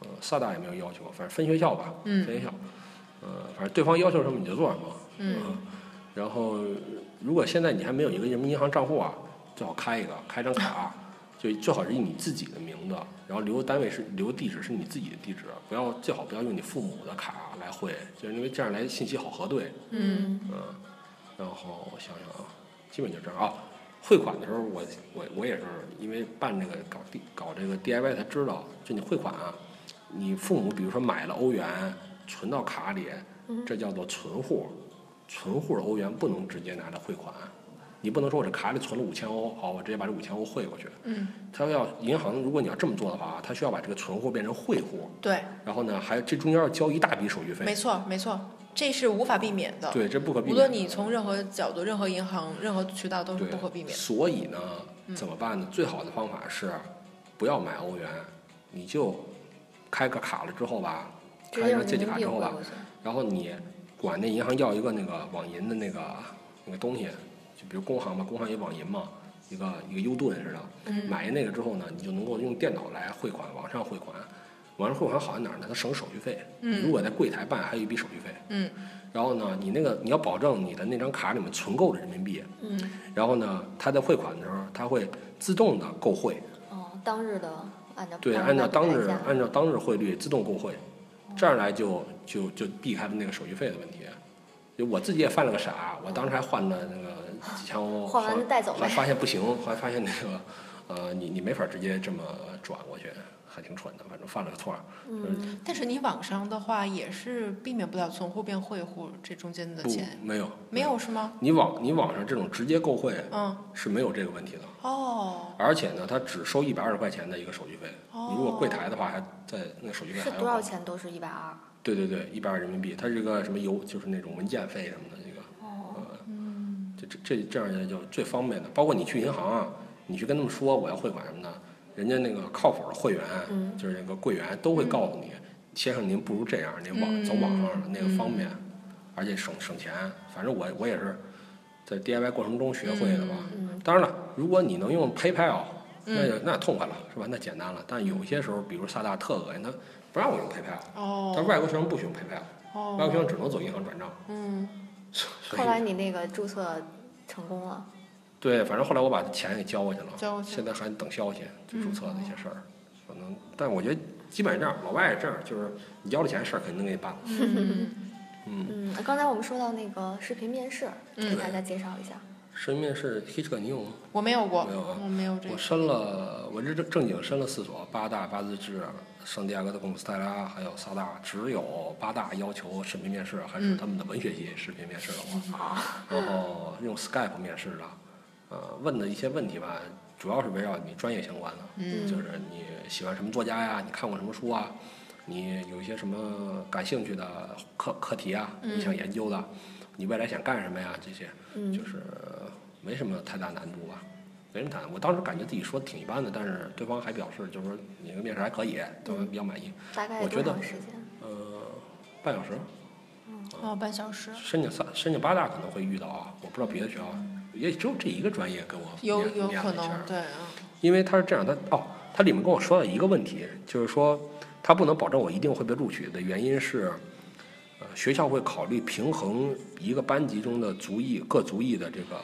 [SPEAKER 2] 呃，萨大也没有要求过，反正分学校吧，
[SPEAKER 3] 嗯
[SPEAKER 2] 分学校，呃，反正对方要求什么你就做什么，
[SPEAKER 3] 嗯
[SPEAKER 2] 然后如果现在你还没有一个人民银行账户啊，最好开一个，开张卡，啊 [laughs] 就最好是以你自己的名字，然后留单位是留地址是你自己的地址，不要最好不要用你父母的卡来汇，就是因为这样来信息好核对，
[SPEAKER 3] 嗯，
[SPEAKER 2] 嗯，然后我想想啊，基本就这样啊。汇款的时候我，我我也是因为办这个搞 D 搞这个 DIY 才知道，就你汇款啊，你父母比如说买了欧元存到卡里，
[SPEAKER 3] 嗯
[SPEAKER 2] 这叫做存户，存户的欧元不能直接拿来汇款，你不能说我这卡里存了五千欧，好，我直接把这五千欧汇过去，
[SPEAKER 3] 嗯，
[SPEAKER 2] 他要银行如果你要这么做的话，啊他需要把这个存户变成汇户，
[SPEAKER 3] 对，
[SPEAKER 2] 然后呢，还这中间要交一大笔手续费
[SPEAKER 3] 没，错没错，这是无法避免的。
[SPEAKER 2] 对，这不可避免。
[SPEAKER 3] 无论你从任何角度、任何银行、任何渠道都是
[SPEAKER 2] 对，
[SPEAKER 3] 嗯不可避免的。嗯
[SPEAKER 2] 所以呢，怎么办呢？最好的方法是不要买欧元，你就开个卡了之后吧，
[SPEAKER 5] 直
[SPEAKER 2] 开
[SPEAKER 5] 接
[SPEAKER 2] 一
[SPEAKER 5] 用
[SPEAKER 2] 个
[SPEAKER 5] 人
[SPEAKER 2] 借记
[SPEAKER 5] 民币
[SPEAKER 2] 卡之后
[SPEAKER 5] 汇
[SPEAKER 2] 吧
[SPEAKER 5] 过，去。
[SPEAKER 2] 然后你管那银行要一个那个网银的那个那个东西，就比如工行吧，工行有网银嘛，一个一个 U 盾似的，
[SPEAKER 3] 嗯
[SPEAKER 2] 买那个之后呢，你就能够用电脑来汇款，网上汇款。网上汇款好在哪儿呢？它省手续费。
[SPEAKER 3] 嗯
[SPEAKER 2] 如果在柜台办，还有一笔手续费。
[SPEAKER 3] 嗯。
[SPEAKER 2] 然后呢，你那个你要保证你的那张卡里面存够了人民币。
[SPEAKER 5] 嗯。
[SPEAKER 2] 然后呢，它在汇款的时候，它会自动的购汇。
[SPEAKER 5] 哦，当日的按照
[SPEAKER 2] 对，
[SPEAKER 5] 按
[SPEAKER 2] 按照当
[SPEAKER 5] 日
[SPEAKER 2] 日
[SPEAKER 5] 的单价
[SPEAKER 2] 按照当日汇率自动购汇，这样来就就就避开了那个手续费的问题。就我自己也犯了个傻，我当时还换了那个几千欧，
[SPEAKER 5] [laughs] 换完
[SPEAKER 2] 后
[SPEAKER 5] 就带走
[SPEAKER 2] 后来
[SPEAKER 5] 呗
[SPEAKER 2] 发现不行，后来发现那个呃，你你没法直接这么转过去，还挺蠢的，反正犯了个错儿。
[SPEAKER 5] 嗯，
[SPEAKER 3] 但是你网上的话也是避免不了存户变汇户这中间的
[SPEAKER 2] 不
[SPEAKER 3] 钱，，
[SPEAKER 2] 没有
[SPEAKER 3] 没有是吗？
[SPEAKER 2] 你网你网上这种直接购汇
[SPEAKER 3] 嗯，
[SPEAKER 2] 是没有这个问题的，
[SPEAKER 3] 哦，
[SPEAKER 2] 而且呢，它只收一百二十块钱的一个手续费。
[SPEAKER 3] 哦
[SPEAKER 2] 你如果柜台的话，还在那个手续费
[SPEAKER 5] 是
[SPEAKER 2] 还要
[SPEAKER 5] 多少
[SPEAKER 2] 高
[SPEAKER 5] 钱都是一百二。
[SPEAKER 2] 对对对，一百二人民币，它是一个什么邮，就是那种文件费什么的，这个，
[SPEAKER 5] 哦，
[SPEAKER 2] 呃，这这这这样就最方便的。包括你去银行啊，你去跟他们说我要汇款什么的，人家那个靠谱的会员，
[SPEAKER 5] 嗯
[SPEAKER 2] 就是那个柜员都会告诉你，先生您不如这样，您网、
[SPEAKER 3] 嗯
[SPEAKER 2] 走网上的那个
[SPEAKER 3] 嗯
[SPEAKER 2] 方便，而且省省钱。反正我我也是在 DIY 过程中学会的吧。
[SPEAKER 5] 嗯
[SPEAKER 2] 当然了，如果你能用 PayPal，那
[SPEAKER 3] 嗯
[SPEAKER 2] 就那痛快了，是吧？那简单了。但有些时候，比如萨大特恶心，他不让我用 PayPal。但
[SPEAKER 3] 哦，
[SPEAKER 2] 外国学生不许用 PayPal，外国学
[SPEAKER 3] 哦，
[SPEAKER 2] 生只能走银行转账。
[SPEAKER 3] 嗯， [laughs]
[SPEAKER 2] 所以
[SPEAKER 5] 后来你那个注册成功了，
[SPEAKER 2] 对，反正后来我把钱给交过去了，
[SPEAKER 3] 交过去嗯
[SPEAKER 2] 现在还等消息，就注册的一些事儿。反正，但我觉得基本上这样，老外也这样，就是你交了钱，事儿肯定能给你办了。
[SPEAKER 3] 嗯
[SPEAKER 2] 嗯，
[SPEAKER 5] 嗯，刚才我们说到那个视频面试，
[SPEAKER 3] 嗯
[SPEAKER 5] 给大家介绍一下。
[SPEAKER 2] 申面试 h i t c 你有吗？
[SPEAKER 3] 我没有过，
[SPEAKER 2] 没有啊
[SPEAKER 3] 我没有这
[SPEAKER 2] 我
[SPEAKER 3] 个，
[SPEAKER 2] 申了，我这正正经申了四所，八大、八自治、圣地亚哥的贡斯泰拉，还有萨大，只有八大要求视频面试，还是
[SPEAKER 3] 嗯
[SPEAKER 2] 他们的文学系视频面试的话，然后用 Skype 面试的，呃，问的一些问题吧，主要是围绕你专业相关的，
[SPEAKER 3] 嗯
[SPEAKER 2] 就是你喜欢什么作家呀，你看过什么书啊，你有一些什么感兴趣的课课题啊，你想研究的，你未来想干什么呀，这些。
[SPEAKER 5] 嗯
[SPEAKER 2] 就是呃没什么太大难度吧，没什么太大。我当时感觉自己说的挺一般的，但是对方还表示就是说你这个面试还可以，对方比较满意。
[SPEAKER 5] 大概
[SPEAKER 2] 我觉
[SPEAKER 5] 多
[SPEAKER 2] 得
[SPEAKER 5] 长时间？
[SPEAKER 2] 呃，半小时，
[SPEAKER 3] 哦，半小时，
[SPEAKER 2] 申请三申请八大可能会遇到啊，我不知道别的学校，也只有这一个专业给我
[SPEAKER 3] 有
[SPEAKER 2] 面
[SPEAKER 3] 有
[SPEAKER 2] 面
[SPEAKER 3] 可
[SPEAKER 2] 了一下儿
[SPEAKER 3] 能，对，嗯
[SPEAKER 2] 因为他是这样，他哦，他里面跟我说了一个问题，就是说他不能保证我一定会被录取的原因是，呃，学校会考虑平衡一个班级中的族裔各族裔的这个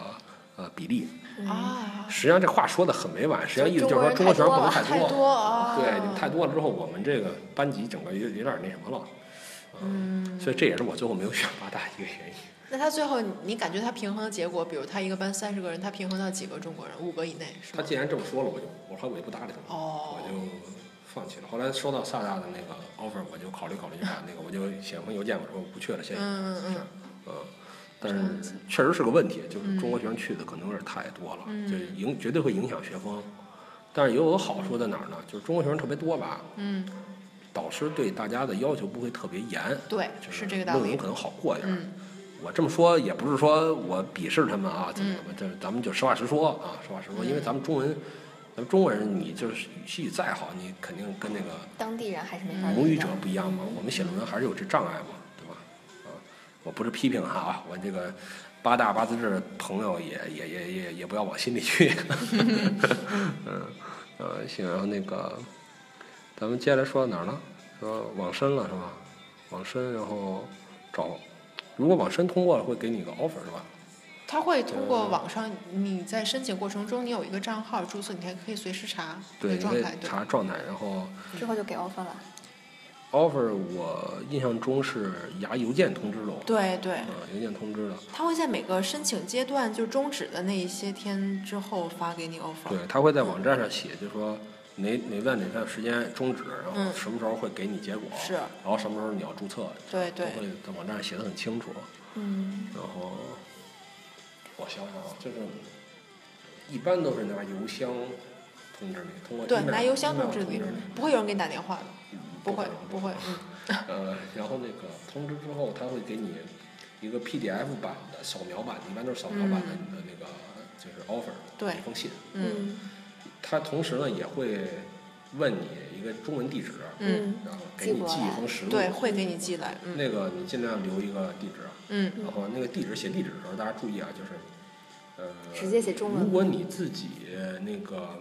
[SPEAKER 2] 呃比例。
[SPEAKER 3] 啊，
[SPEAKER 2] 实际上这话说的很委婉，实际上意思就是说中国
[SPEAKER 5] 中国
[SPEAKER 2] 学生
[SPEAKER 5] 人
[SPEAKER 2] 不能
[SPEAKER 5] 太
[SPEAKER 2] 太
[SPEAKER 3] 太多啊，
[SPEAKER 2] 对，你们太多了之后，我们这个班级整个有有点那什么了，嗯，所以这也是我最后没有选八大一个原因。
[SPEAKER 3] 那他最后你你感觉他平衡的结果，比如他一个班三十个人，他平衡到几个中国人？五个以内是
[SPEAKER 2] 他
[SPEAKER 3] 吗？
[SPEAKER 2] 既然这么说了，我就我后来我就不搭理他了，
[SPEAKER 3] 哦
[SPEAKER 2] 我就放弃了。后来收到萨大的那个 offer，我就考虑考虑，就把那个我就写封邮件，我说我不去了，谢谢。
[SPEAKER 3] 嗯嗯嗯
[SPEAKER 2] 是嗯但是确实是个问题，
[SPEAKER 3] 嗯
[SPEAKER 2] 就是中国学生去的可能有点太多了，就影绝对会影响学风。但是也有个好处在哪儿呢？就是中国学生特别多吧，
[SPEAKER 3] 嗯，
[SPEAKER 2] 导师对大家的要求不会特别严，
[SPEAKER 3] 对，
[SPEAKER 2] 就是
[SPEAKER 3] 这个道
[SPEAKER 2] 论
[SPEAKER 3] 理
[SPEAKER 2] 文。可能好过点儿。
[SPEAKER 3] 嗯
[SPEAKER 2] 我这么说也不是说我鄙视他们啊，怎么怎么，这咱们就实话实说啊，实话实说，因为咱们中文，咱们中国人，你就是语气再好，你肯定跟那个
[SPEAKER 5] 当地人还是没法
[SPEAKER 2] 嗯母
[SPEAKER 5] 比
[SPEAKER 2] 语
[SPEAKER 5] 的
[SPEAKER 2] 者不一样嘛，我们写论文还是有这障碍嘛，对吧？啊，我不是批评他啊，我这个八大八资质的朋友也也也也也不要往心里去。 [laughs] 嗯，呃，行，然后那个，咱们接下来说到哪儿了？说网申了是吧？网申，然后找，如果网申通过了，会给你一个 offer 是吧？
[SPEAKER 3] 他会通过网上，你在申请过程中，你有一个账号注册，你还可以随时查你
[SPEAKER 2] 对，
[SPEAKER 3] 的
[SPEAKER 2] 你
[SPEAKER 3] 状
[SPEAKER 2] 可以
[SPEAKER 3] 态。对，
[SPEAKER 2] 查状态，然后
[SPEAKER 5] 之后就给 offer 了。
[SPEAKER 2] offer 我印象中是压邮件通知了我，
[SPEAKER 3] 对对
[SPEAKER 2] 啊，，邮件通知了。
[SPEAKER 3] 他会在每个申请阶段，就终止的那一些天之后发给你 offer。
[SPEAKER 2] 对，他会在网站上写，就说哪哪段哪段时间终止，然后
[SPEAKER 3] 嗯
[SPEAKER 2] 什么时候会给你结果，
[SPEAKER 3] 是
[SPEAKER 2] 然后什么时候你要注册，
[SPEAKER 3] 对
[SPEAKER 2] 都
[SPEAKER 3] 对
[SPEAKER 2] 会在网站上写的很清楚。
[SPEAKER 5] 嗯，
[SPEAKER 2] 然后我想想啊，就是一般都是拿邮箱通知你，通过
[SPEAKER 3] 对，
[SPEAKER 2] email-
[SPEAKER 3] 拿邮箱
[SPEAKER 2] email
[SPEAKER 3] 通知
[SPEAKER 2] 你
[SPEAKER 3] 你，， [laughs] 不会有人给你打电话的，不会
[SPEAKER 2] 可能
[SPEAKER 3] 不会。嗯，
[SPEAKER 2] 呃，然后那个通知之后，他会给你一个 PDF 版的扫描版，一般都是扫描版的
[SPEAKER 3] 嗯
[SPEAKER 2] 你的那个就是 offer，
[SPEAKER 3] 对
[SPEAKER 2] 一封信。
[SPEAKER 3] 嗯
[SPEAKER 2] 他同时呢也会问你一个中文地址，
[SPEAKER 3] 嗯，
[SPEAKER 2] 然后给你寄一封实物，
[SPEAKER 3] 对，会给你寄来。嗯
[SPEAKER 2] 那个你尽量留一个地址，
[SPEAKER 3] 嗯，
[SPEAKER 2] 然后那个地址写地址的时候，大家注意啊，就是呃，
[SPEAKER 5] 直接写中文
[SPEAKER 2] 如果你自己那个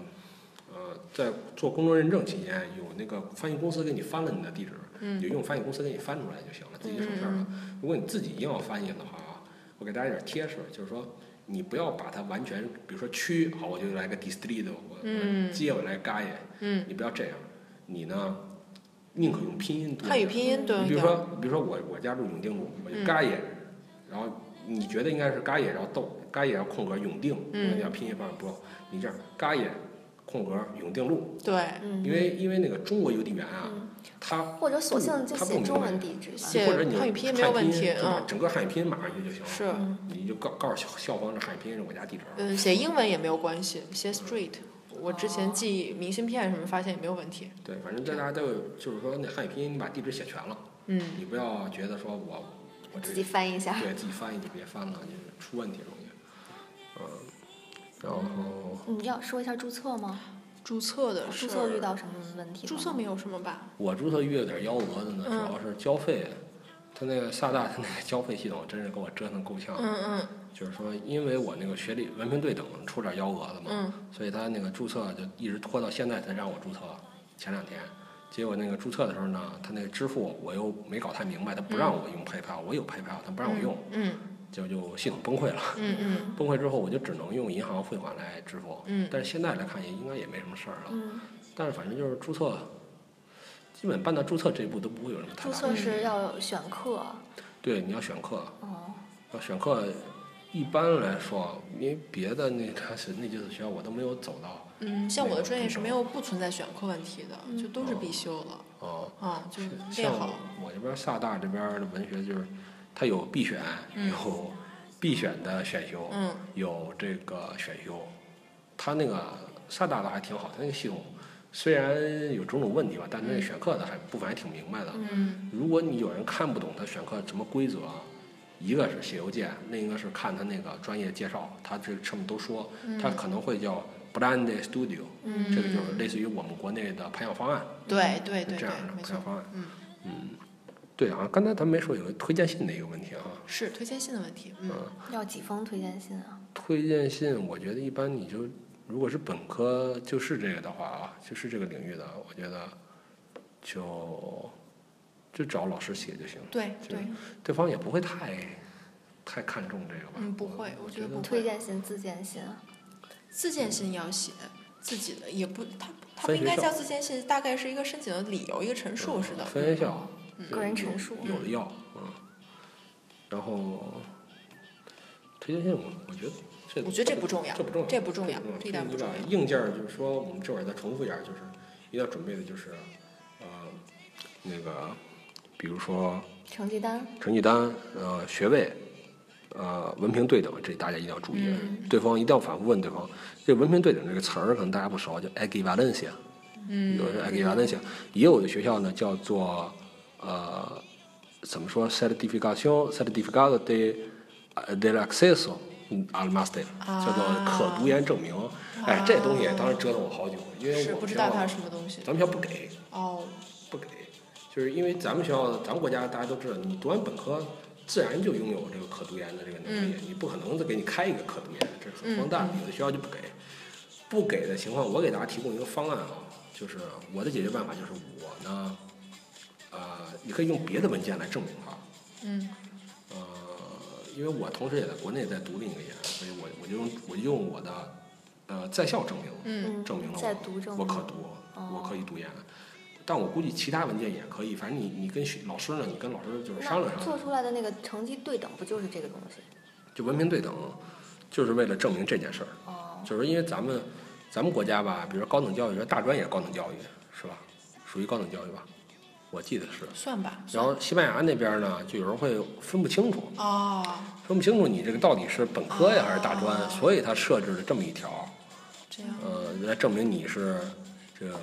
[SPEAKER 2] 呃，在做公众认证期间，有那个翻译公司给你翻了你的地址，
[SPEAKER 3] 嗯
[SPEAKER 2] 你就用翻译公司给你翻出来就行了，自己省事儿了。啊如果你自己硬要翻译的话啊，我给大家一点贴士，就是说。你不要把它完全，比如说区，好，我就来个 district，我、我
[SPEAKER 3] 嗯
[SPEAKER 2] 街我来个 guy，
[SPEAKER 3] 嗯
[SPEAKER 2] 你不要这样，你呢宁可用拼音读一点。
[SPEAKER 3] 汉语拼音对
[SPEAKER 2] 你比
[SPEAKER 3] 一
[SPEAKER 2] 如
[SPEAKER 3] 点儿。
[SPEAKER 2] 说，比如说我我家住永定路，我就
[SPEAKER 3] 嗯
[SPEAKER 2] 嘎野，然后你觉得应该是嘎野，然后逗嘎野，然后空格永定，
[SPEAKER 3] 嗯
[SPEAKER 2] 你要拼音方面不，你这样嘎野空格永定路，
[SPEAKER 3] 对，
[SPEAKER 5] 嗯，
[SPEAKER 2] 因为因为那个中国邮递员啊
[SPEAKER 5] 嗯，
[SPEAKER 2] 他
[SPEAKER 5] 或者索性就
[SPEAKER 2] 他不
[SPEAKER 5] 写
[SPEAKER 2] 明
[SPEAKER 5] 中
[SPEAKER 2] 白
[SPEAKER 5] 文地址吧。
[SPEAKER 3] 写
[SPEAKER 2] 或者你
[SPEAKER 3] 啊汉语拼音没有问题
[SPEAKER 2] 汉语拼音就把
[SPEAKER 3] 嗯
[SPEAKER 2] 整个汉语拼音码上去就行了，
[SPEAKER 3] 是。
[SPEAKER 5] 嗯
[SPEAKER 2] 你就告告诉校校方这汉语拼音是我家地址，
[SPEAKER 3] 嗯，写英文也没有关系，写 street，我之前寄明信片什么发现也没有问题。
[SPEAKER 2] 对，反正大家都有就是说那汉语拼音你把地址写全了，
[SPEAKER 3] 嗯，
[SPEAKER 2] 你不要觉得说我我这
[SPEAKER 4] 自己翻译一下。
[SPEAKER 2] 对自己翻译就别翻了，就是出问题容易。嗯，然后
[SPEAKER 5] 你要说一下注册吗？
[SPEAKER 3] 啊注册的是
[SPEAKER 5] 注册遇到什么问题吗？
[SPEAKER 3] 注册没有什么吧？
[SPEAKER 2] 我注册遇到点幺蛾子呢，主
[SPEAKER 3] 嗯
[SPEAKER 2] 要是交费，啊他那个萨大他那个交费系统真是给我折腾够呛。
[SPEAKER 3] 嗯嗯
[SPEAKER 2] 就是说，因为我那个学历文凭对等出点幺蛾子嘛，
[SPEAKER 3] 嗯
[SPEAKER 2] 所以他那个注册就一直拖到现在才让我注册，前两天。结果那个注册的时候呢，他那个支付我又没搞太明白，他不让我用 PayPal，、我有 PayPal，他不让我用，
[SPEAKER 3] 嗯
[SPEAKER 2] 就就系统崩溃了。 [laughs]
[SPEAKER 3] 嗯嗯
[SPEAKER 2] 崩溃之后，我就只能用银行汇款来支付。
[SPEAKER 3] 嗯
[SPEAKER 2] 但是现在来看也应该也没什么事儿了。
[SPEAKER 5] 嗯，
[SPEAKER 2] 但是反正就是注册，基本办到注册这一步都不会有什么太
[SPEAKER 5] 注
[SPEAKER 2] 大的。
[SPEAKER 5] 册是要选课。
[SPEAKER 2] 对，你要选课，
[SPEAKER 5] 哦，
[SPEAKER 2] 要选课，一般来说，因为别的那个 [laughs] 是那几所学校我都没有走到
[SPEAKER 3] 嗯，像我的专业是没有不存在选课问题的，就都是必修了。
[SPEAKER 2] 啊。
[SPEAKER 3] 啊，就练
[SPEAKER 2] 像
[SPEAKER 3] 好。
[SPEAKER 2] 我这边厦大这边的文学就是，它有必选，
[SPEAKER 3] 嗯
[SPEAKER 2] 有必选的选修，
[SPEAKER 3] 嗯
[SPEAKER 2] 有这个选修，它那个厦大的还挺好，它那个系统虽然有种种问题吧，但它那个选课的还部分还挺明白的。
[SPEAKER 3] 嗯
[SPEAKER 2] 如果你有人看不懂他选课什么规则，一个是写邮件，另一个是看他那个专业介绍，他这上面都说，他可能会叫 brand studio，、
[SPEAKER 3] 嗯，
[SPEAKER 2] 这个就是类似于我们国内的培养方案，
[SPEAKER 3] 对对对
[SPEAKER 2] 这
[SPEAKER 3] 对
[SPEAKER 2] 样的，
[SPEAKER 3] 没
[SPEAKER 2] 培养
[SPEAKER 3] 错。
[SPEAKER 2] 方案。
[SPEAKER 3] 嗯
[SPEAKER 2] 对啊，刚才咱没说有个推荐信的一个问题啊，
[SPEAKER 3] 是推荐信的问题。嗯
[SPEAKER 5] 要几封推荐信啊？
[SPEAKER 2] 推荐信我觉得一般你就如果是本科就是这个的话啊，就是这个领域的，我觉得就就找老师写就行了，
[SPEAKER 3] 对对，
[SPEAKER 2] 对方也不会太太看重这个吧？
[SPEAKER 3] 嗯，不会，我觉得不
[SPEAKER 5] 推
[SPEAKER 3] 会。
[SPEAKER 5] 荐信、自荐信啊？
[SPEAKER 3] 自荐信要写自己的，也不，他他不
[SPEAKER 2] 分
[SPEAKER 3] 应该
[SPEAKER 2] 学
[SPEAKER 3] 叫
[SPEAKER 2] 校嗯
[SPEAKER 3] 自荐信，大概是一个申请的理由，一个陈述似的。嗯
[SPEAKER 2] 分学校，
[SPEAKER 5] 个人陈述
[SPEAKER 2] 有的要，嗯，然后推荐信我我觉得这
[SPEAKER 3] 我觉得这不重要
[SPEAKER 2] 这不重要，
[SPEAKER 3] 这不重要
[SPEAKER 2] 嗯
[SPEAKER 3] 这一点不
[SPEAKER 2] 你把
[SPEAKER 3] 重要
[SPEAKER 2] 硬件儿就是说，我们这会儿再重复一下，就是一定要准备的就是，呃，那个，比如说
[SPEAKER 5] 成绩单？
[SPEAKER 2] 成绩单、呃学位、呃文凭对等，这大家一定要注意。
[SPEAKER 3] 嗯
[SPEAKER 2] 对方一定要反复问对方，这文凭对等这个词儿可能大家不熟，叫 equivalence，
[SPEAKER 3] 嗯
[SPEAKER 2] 有的是 equivalence，也有的学校呢叫做呃怎么说 certificación certificado de uh, del acceso al master，
[SPEAKER 3] 啊
[SPEAKER 2] 叫做可读研证明。哎，这东西当时折腾我好久，因为
[SPEAKER 3] 是
[SPEAKER 2] 我
[SPEAKER 3] 不
[SPEAKER 2] 们
[SPEAKER 3] 知
[SPEAKER 2] 学
[SPEAKER 3] 道
[SPEAKER 2] 校
[SPEAKER 3] 它是什么东西。
[SPEAKER 2] 咱们学校不给，
[SPEAKER 3] 哦，
[SPEAKER 2] 不给，就是因为咱们学校、咱们国家大家都知道，你读完本科，自然就拥有这个可读研的这个能力，你不可能再给你开一个可读研，这是很荒诞的。有的学校就不给，不给的情况，我给大家提供一个方案啊，就是我的解决办法就是我呢，呃，你可以用别的文件来证明它，
[SPEAKER 3] 嗯
[SPEAKER 2] 呃，因为我同时也在国内在读另一个研，所以我我就用我就用我的呃在校证明，
[SPEAKER 3] 嗯
[SPEAKER 5] 嗯
[SPEAKER 2] 证明了
[SPEAKER 5] 在
[SPEAKER 2] 我
[SPEAKER 5] 读证哦
[SPEAKER 2] 我
[SPEAKER 5] 明
[SPEAKER 2] 可读，我可以读研。但我估计其他文件也可以，反正你你跟学老师呢，你跟老师就是商量商
[SPEAKER 5] 那
[SPEAKER 2] 量。
[SPEAKER 5] 做出来的那个成绩对等，不就是这个东西？
[SPEAKER 2] 就文凭对等，就是为了证明这件事儿。
[SPEAKER 5] 哦，
[SPEAKER 2] 就是因为咱们咱们国家吧，比如说高等教育，大专也是高等教育，是吧？属于高等教育吧？我记得是。
[SPEAKER 3] 算吧。
[SPEAKER 2] 然后西班牙那边呢，就有人会分不清楚，
[SPEAKER 3] 哦，
[SPEAKER 2] 分不清楚你这个到底是本科呀还是大专，
[SPEAKER 3] 哦
[SPEAKER 2] 所以他设置了这么一条，
[SPEAKER 3] 这样
[SPEAKER 2] 呃，来证明你是这个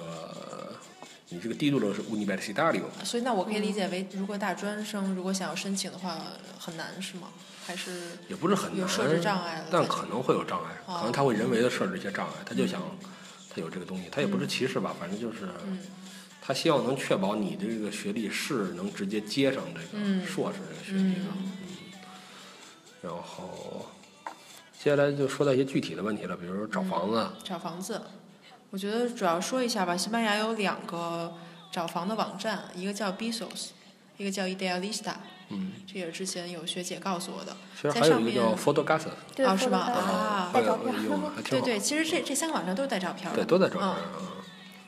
[SPEAKER 2] 你这个低度的是 universitario。
[SPEAKER 3] 所以那我可以理解为，如果大专生如果想要申请的话，很难是吗？还是
[SPEAKER 2] 也不是很难，
[SPEAKER 3] 有设置障碍了
[SPEAKER 2] 但
[SPEAKER 3] 在
[SPEAKER 2] 可能会有障碍，
[SPEAKER 3] 哦
[SPEAKER 2] 可能他会人为的设置一些障碍，他就想他有这个东西，他也不是歧视吧，反正就是
[SPEAKER 3] 嗯
[SPEAKER 2] 他希望能确保你这个学历是能直接接上这
[SPEAKER 3] 嗯
[SPEAKER 2] 个硕士这个学历的。嗯然后接下来就说到一些具体的问题了，比如说找房子，
[SPEAKER 3] 找房子？我觉得主要说一下吧。西班牙有两个找房的网站，一个叫 Bisos，一个叫 Idealista。
[SPEAKER 2] 嗯，
[SPEAKER 3] 这也是之前有学姐告诉我的。
[SPEAKER 2] 其实
[SPEAKER 3] 在
[SPEAKER 2] 还有
[SPEAKER 3] 上
[SPEAKER 2] 一个
[SPEAKER 3] 面
[SPEAKER 2] 叫 Photo g a s
[SPEAKER 5] 对，
[SPEAKER 3] 啊是吗
[SPEAKER 5] Photoshop
[SPEAKER 3] 啊
[SPEAKER 5] 带
[SPEAKER 2] 还有
[SPEAKER 5] 照片儿，
[SPEAKER 3] [laughs]
[SPEAKER 2] 用还挺
[SPEAKER 3] 对
[SPEAKER 2] 好，
[SPEAKER 3] 对，其实这这三个网站都是带照片儿的。
[SPEAKER 2] 对都在照片
[SPEAKER 3] 嗯
[SPEAKER 2] 上。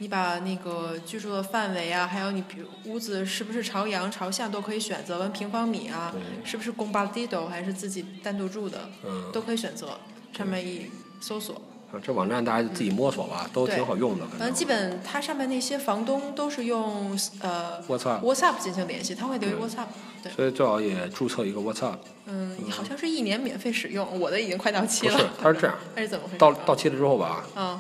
[SPEAKER 3] 你把那个居住的范围啊，还有你比如屋子是不是朝阳、朝向都可以选择，问平方米啊，是不是 c o m p a t i d o 还是自己单独住的，
[SPEAKER 2] 嗯，
[SPEAKER 3] 都可以选择。上面一搜索，
[SPEAKER 2] 嗯这网站大家就自己摸索吧，都
[SPEAKER 3] 对
[SPEAKER 2] 挺好用的。
[SPEAKER 3] 反正基本它上面那些房东都是用呃
[SPEAKER 2] WhatsApp
[SPEAKER 3] WhatsApp 进行联系，他会留
[SPEAKER 2] 对
[SPEAKER 3] WhatsApp。对，
[SPEAKER 2] 所以最好也注册一个 WhatsApp。
[SPEAKER 3] 嗯，好像是一年免费使用，我的已经快到期
[SPEAKER 2] 不
[SPEAKER 3] 了。
[SPEAKER 2] 是，它是这样，
[SPEAKER 3] 还是怎么回事？啊
[SPEAKER 2] 到到期了之后吧，
[SPEAKER 3] 嗯，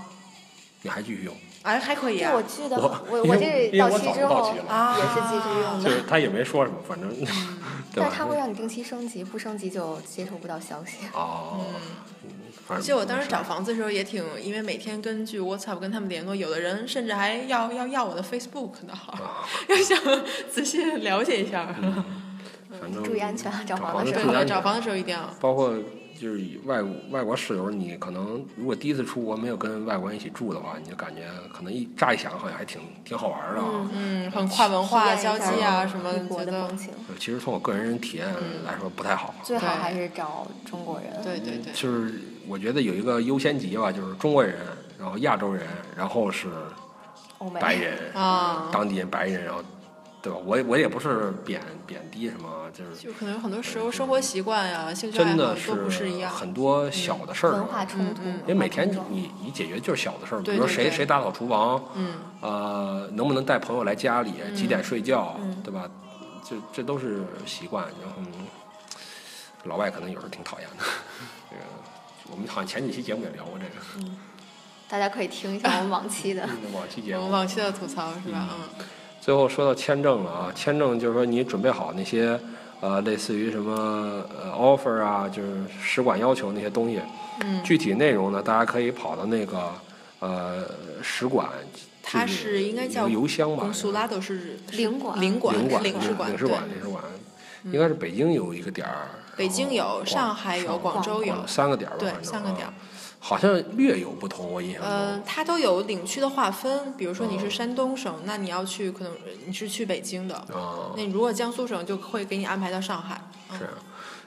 [SPEAKER 2] 你还继续用，
[SPEAKER 3] 哎，还可以
[SPEAKER 5] 这
[SPEAKER 3] 啊
[SPEAKER 5] 我。记得
[SPEAKER 2] 我
[SPEAKER 5] 我
[SPEAKER 2] 因为
[SPEAKER 5] 这
[SPEAKER 2] 因为
[SPEAKER 5] 到
[SPEAKER 2] 我
[SPEAKER 5] 期
[SPEAKER 2] 早
[SPEAKER 5] 之
[SPEAKER 2] 就到
[SPEAKER 5] 后
[SPEAKER 2] 期了
[SPEAKER 3] 啊
[SPEAKER 5] 也是继续用
[SPEAKER 2] 就
[SPEAKER 5] 的，
[SPEAKER 2] 是他也没说什么，反正
[SPEAKER 3] 嗯
[SPEAKER 2] [laughs] 对
[SPEAKER 5] 但它会
[SPEAKER 2] 吧？
[SPEAKER 5] 让你定期升级，不升级就接收不到消息。
[SPEAKER 2] 哦，反
[SPEAKER 3] 而
[SPEAKER 2] 正
[SPEAKER 3] 且嗯我当时找
[SPEAKER 2] 没事
[SPEAKER 3] 房子的时候也挺，因为每天根据 WhatsApp 跟他们联络，有的人甚至还要要要我的 Facebook 呢，
[SPEAKER 2] 哦
[SPEAKER 3] [laughs]
[SPEAKER 2] 啊
[SPEAKER 3] 要想仔细了解一下。
[SPEAKER 2] 嗯儿，反正
[SPEAKER 5] 注意安全找
[SPEAKER 2] 找
[SPEAKER 5] 房
[SPEAKER 2] 房
[SPEAKER 5] 的
[SPEAKER 2] 子
[SPEAKER 5] 时
[SPEAKER 3] 对
[SPEAKER 2] 注意
[SPEAKER 5] 候
[SPEAKER 3] 对，
[SPEAKER 2] 安
[SPEAKER 3] 啊找房的
[SPEAKER 2] 全，
[SPEAKER 3] 时候一定要
[SPEAKER 2] 包括就是以外国外国室友，你可能如果第一次出国没有跟外国人一起住的话，你就感觉可能一乍一想好像还挺挺好玩的啊。
[SPEAKER 3] 嗯，很跨文化交际啊什么
[SPEAKER 5] 异国
[SPEAKER 3] 觉
[SPEAKER 5] 的
[SPEAKER 3] 得
[SPEAKER 5] 风，情，
[SPEAKER 2] 呃其实从我个人体验
[SPEAKER 3] 嗯
[SPEAKER 2] 来说不太好，
[SPEAKER 5] 最好
[SPEAKER 3] 对
[SPEAKER 5] 还是找中国人。
[SPEAKER 3] 对对对，
[SPEAKER 2] 嗯就是我觉得有一个优先级吧，就是中国人，然后亚洲人，然后是
[SPEAKER 5] 欧美
[SPEAKER 2] 白人
[SPEAKER 3] 啊
[SPEAKER 2] 当地人白人，然后对吧？我也我也不是贬贬低什么，就是
[SPEAKER 3] 就可能有很多时候生活习惯呀、兴趣爱
[SPEAKER 2] 真的
[SPEAKER 3] 好都不是一样。嗯
[SPEAKER 2] 很多小的事儿
[SPEAKER 5] 文化
[SPEAKER 2] 啊，
[SPEAKER 5] 冲突，
[SPEAKER 2] 因为每天
[SPEAKER 5] 文化冲
[SPEAKER 2] 你你解决就是小的事儿，比
[SPEAKER 3] 对
[SPEAKER 2] 如说
[SPEAKER 3] 对
[SPEAKER 2] 谁
[SPEAKER 3] 对
[SPEAKER 2] 谁打扫厨房，
[SPEAKER 3] 嗯，
[SPEAKER 2] 呃，能不能带朋友来家里，几点睡觉，
[SPEAKER 3] 嗯
[SPEAKER 2] 对吧？这这都是习惯，然后嗯老外可能有时候挺讨厌的， [laughs] 这个。我们好像前几期节目也聊过这个，
[SPEAKER 5] 突大家可以听一下我们往期
[SPEAKER 2] [laughs]
[SPEAKER 5] 的
[SPEAKER 2] 往期节
[SPEAKER 3] 我
[SPEAKER 2] 目
[SPEAKER 3] 嗯们。往期的吐槽是吧？嗯，
[SPEAKER 2] 最后说到签证了啊，签证就是说你准备好那些呃，类似于什么呃 offer 啊，就是使馆要求那些东西。
[SPEAKER 3] 嗯
[SPEAKER 2] 具体内容呢，大家可以跑到那个呃使馆，
[SPEAKER 3] 它
[SPEAKER 2] 就是
[SPEAKER 3] 应该叫
[SPEAKER 2] 邮箱吧
[SPEAKER 3] 贡，苏拉都是
[SPEAKER 5] 领馆
[SPEAKER 3] 领馆
[SPEAKER 2] 领馆
[SPEAKER 3] 领事馆
[SPEAKER 2] 领事馆
[SPEAKER 3] 对嗯
[SPEAKER 2] 领事馆，应该是北京有一个点儿，
[SPEAKER 3] 北京
[SPEAKER 2] 然后
[SPEAKER 3] 有，
[SPEAKER 2] 广
[SPEAKER 3] 上海有，广州有
[SPEAKER 2] 广，三个点儿吧，
[SPEAKER 3] 对
[SPEAKER 2] 反正
[SPEAKER 3] 三个点
[SPEAKER 2] 啊
[SPEAKER 3] 儿
[SPEAKER 2] 好像略有不同，我印象中。
[SPEAKER 3] 呃，它都有领区的划分，比如说你
[SPEAKER 2] 哦
[SPEAKER 3] 是山东省，那你要去可能呃你是去北京的，
[SPEAKER 2] 啊
[SPEAKER 3] 那你如果江苏省就会给你安排到上海。嗯
[SPEAKER 2] 是，啊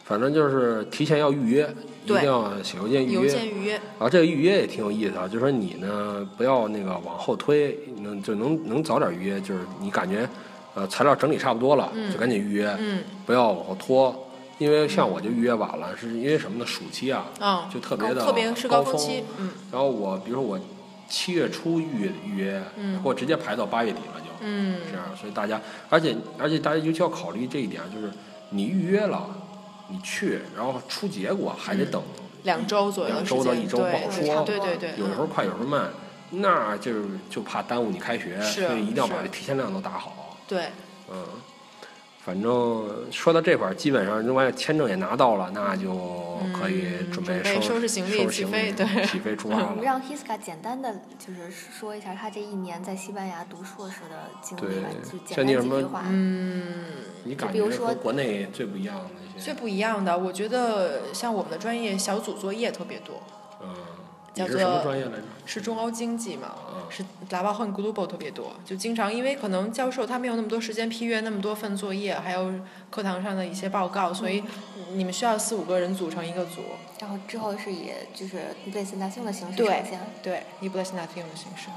[SPEAKER 2] 反正就是提前要预约，一
[SPEAKER 3] 对
[SPEAKER 2] 定要写邮件预
[SPEAKER 3] 邮
[SPEAKER 2] 约。
[SPEAKER 3] 件预约，
[SPEAKER 2] 然后这个预约也挺有意思啊，就是说你呢不要那个往后推，能就能能早点预约，就是你感觉呃材料整理差不多了，就赶紧预约，
[SPEAKER 3] 嗯
[SPEAKER 2] 不要往后拖。因为像我就预约晚了，是因为什么呢？暑期啊，
[SPEAKER 3] 嗯，
[SPEAKER 2] 就特别的
[SPEAKER 3] 高特别是
[SPEAKER 2] 高
[SPEAKER 3] 峰期，嗯
[SPEAKER 2] 然后我比如说我七月初预预约，
[SPEAKER 3] 嗯
[SPEAKER 2] 给我直接排到八月底了就，
[SPEAKER 3] 嗯
[SPEAKER 2] 这样，所以大家，而且而且大家尤其要考虑这一点，就是你预约了，你去，然后出结果还
[SPEAKER 3] 嗯
[SPEAKER 2] 得等，
[SPEAKER 3] 两周左右的
[SPEAKER 2] 两
[SPEAKER 3] 时
[SPEAKER 2] 周到
[SPEAKER 3] 间
[SPEAKER 2] 一周不好
[SPEAKER 3] 对
[SPEAKER 2] 说
[SPEAKER 3] 对对对，
[SPEAKER 2] 有时候嗯快，有时候慢，那就是就怕耽误你开学，
[SPEAKER 3] 是
[SPEAKER 2] 所以一定要把
[SPEAKER 3] 是
[SPEAKER 2] 这提前量都打好。
[SPEAKER 3] 对，
[SPEAKER 2] 嗯，反正说到这块儿，基本上如果签证也拿到了，那就可以准备
[SPEAKER 3] 嗯准备
[SPEAKER 2] 收
[SPEAKER 3] 收拾行李
[SPEAKER 2] 收拾
[SPEAKER 3] 起
[SPEAKER 2] 行
[SPEAKER 3] 飞
[SPEAKER 2] 李
[SPEAKER 3] 对嗯
[SPEAKER 2] 起飞出发
[SPEAKER 5] 我们
[SPEAKER 2] 了。
[SPEAKER 5] [laughs] 让 Hiska 简单的就是说一下他这一年在西班牙读硕士的经历吧，
[SPEAKER 2] 对
[SPEAKER 5] 就
[SPEAKER 2] 像
[SPEAKER 5] 简
[SPEAKER 2] 你
[SPEAKER 5] 单
[SPEAKER 2] 有
[SPEAKER 5] 几
[SPEAKER 2] 什
[SPEAKER 5] 句
[SPEAKER 2] 么
[SPEAKER 5] 话。
[SPEAKER 3] 嗯
[SPEAKER 2] 你感
[SPEAKER 5] 比
[SPEAKER 2] 觉
[SPEAKER 5] 如
[SPEAKER 2] 和
[SPEAKER 5] 说
[SPEAKER 2] 国内最不一样的一些
[SPEAKER 3] 最，不一样的，我觉得像我们的专业小组作业特别多，
[SPEAKER 2] 嗯，你
[SPEAKER 3] 叫
[SPEAKER 2] 是什么
[SPEAKER 3] 做
[SPEAKER 2] 专业来着？
[SPEAKER 3] 是中欧经济嘛，
[SPEAKER 2] 嗯
[SPEAKER 3] 是 l a b a h o n Global 特别多，就经常因为可能教授他没有那么多时间批阅那么多份作业，还有课堂上的一些报告，所以
[SPEAKER 5] 嗯
[SPEAKER 3] 你们需要四五个人组成一个组，
[SPEAKER 5] 然后之后是以就是类似男性的形式
[SPEAKER 3] 对
[SPEAKER 5] 呈现。
[SPEAKER 3] 对，尼布勒辛纳提用的形式。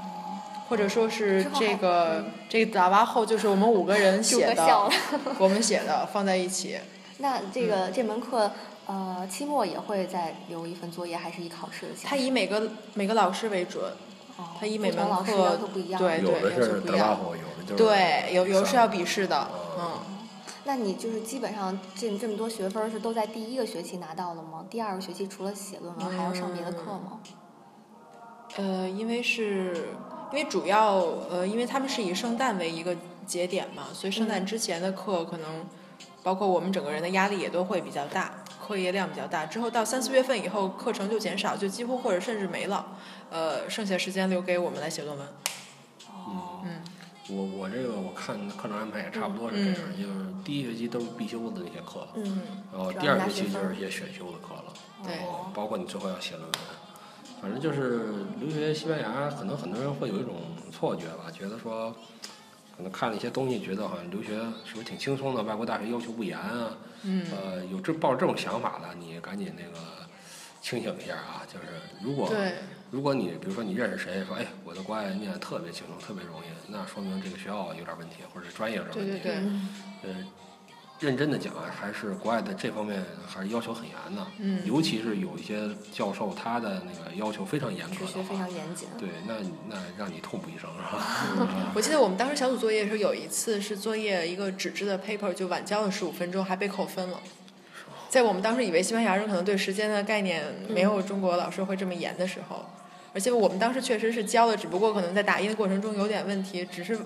[SPEAKER 3] 或者说是
[SPEAKER 5] 之后还
[SPEAKER 3] 这个这个打巴后就是我们五个人
[SPEAKER 5] 主
[SPEAKER 3] 写
[SPEAKER 5] [laughs] 歌笑
[SPEAKER 3] 的。
[SPEAKER 5] 了，
[SPEAKER 3] 我们写的放在一起，
[SPEAKER 5] 那这
[SPEAKER 3] 嗯
[SPEAKER 5] 个这门课，呃，期末也会再留一份作业，还是以考试的形
[SPEAKER 3] 他
[SPEAKER 5] 式？
[SPEAKER 3] 以每个每个老师为准，
[SPEAKER 5] 哦
[SPEAKER 3] 他以每
[SPEAKER 5] 不同
[SPEAKER 3] 门
[SPEAKER 5] 老师
[SPEAKER 3] 课
[SPEAKER 5] 要求不一样。啊
[SPEAKER 3] 对
[SPEAKER 2] 有的
[SPEAKER 3] 要求
[SPEAKER 2] 是
[SPEAKER 3] 不
[SPEAKER 2] 德
[SPEAKER 3] 一样
[SPEAKER 2] 拉火，有的就是
[SPEAKER 3] 对，有有是要笔
[SPEAKER 2] 试。
[SPEAKER 3] 试的，
[SPEAKER 2] 哦
[SPEAKER 3] 嗯，
[SPEAKER 5] 那你就是基本上这这么多学分儿是都在第一个学期拿到了吗？第二个学期除了写论文，还要上别的课吗？
[SPEAKER 3] 呃，因为是因为主要呃，因为他们是以圣诞为一个节点嘛，所以圣诞之前的课可能包括我们整个人的压力也都会比较大，课业量比较大。之后到三四月份以后，课程就减少，就几乎或者甚至没了。呃，剩下时间留给我们来写论文。嗯
[SPEAKER 2] 我我这个我看课程安排也差不多是这样，就是第一学期都是必修的那些课，
[SPEAKER 5] 嗯，
[SPEAKER 2] 然后
[SPEAKER 5] 主要
[SPEAKER 2] 第二
[SPEAKER 5] 拿
[SPEAKER 2] 学
[SPEAKER 5] 学哦
[SPEAKER 2] 期就
[SPEAKER 5] 分
[SPEAKER 2] 是
[SPEAKER 5] 儿
[SPEAKER 2] 一些选修的课了，
[SPEAKER 3] 对
[SPEAKER 2] 然后包括你最后要写论文。反正就是留学西班牙，可能很多人会有一种错觉吧，觉得说，可能看了一些东西，觉得好像留学是不是挺轻松的？外国大学要求不严啊，
[SPEAKER 3] 嗯，
[SPEAKER 2] 呃，有这抱着这种想法的，你赶紧那个清醒一下啊！就是如果
[SPEAKER 3] 对，
[SPEAKER 2] 如果你比如说你认识谁说，哎，我在国外念得特别轻松，特别容易，那说明这个学校有点问题，或者专业有点
[SPEAKER 3] 对
[SPEAKER 2] 问题。
[SPEAKER 3] 对对，
[SPEAKER 5] 嗯
[SPEAKER 2] 呃，认真的讲啊，还是国外的这方面还是要求很严的，
[SPEAKER 3] 嗯
[SPEAKER 2] 尤其是有一些教授他的那个要求非常严格
[SPEAKER 5] 治
[SPEAKER 2] 的
[SPEAKER 5] 学非
[SPEAKER 2] 话
[SPEAKER 5] 常，严谨。
[SPEAKER 2] 对，那你那让你痛不欲生啊是
[SPEAKER 3] 嗯
[SPEAKER 2] 吧？
[SPEAKER 3] 我记得我们当时小组作业的时候，有一次是作业一个纸质的 paper，就晚交了十五分钟，还被扣分了。在我们当时以为西班牙人可能对时间的概念没有中国老师会这么严的时候，而且我们当时确实是交了，只不过可能在打印的过程中有点问题，只是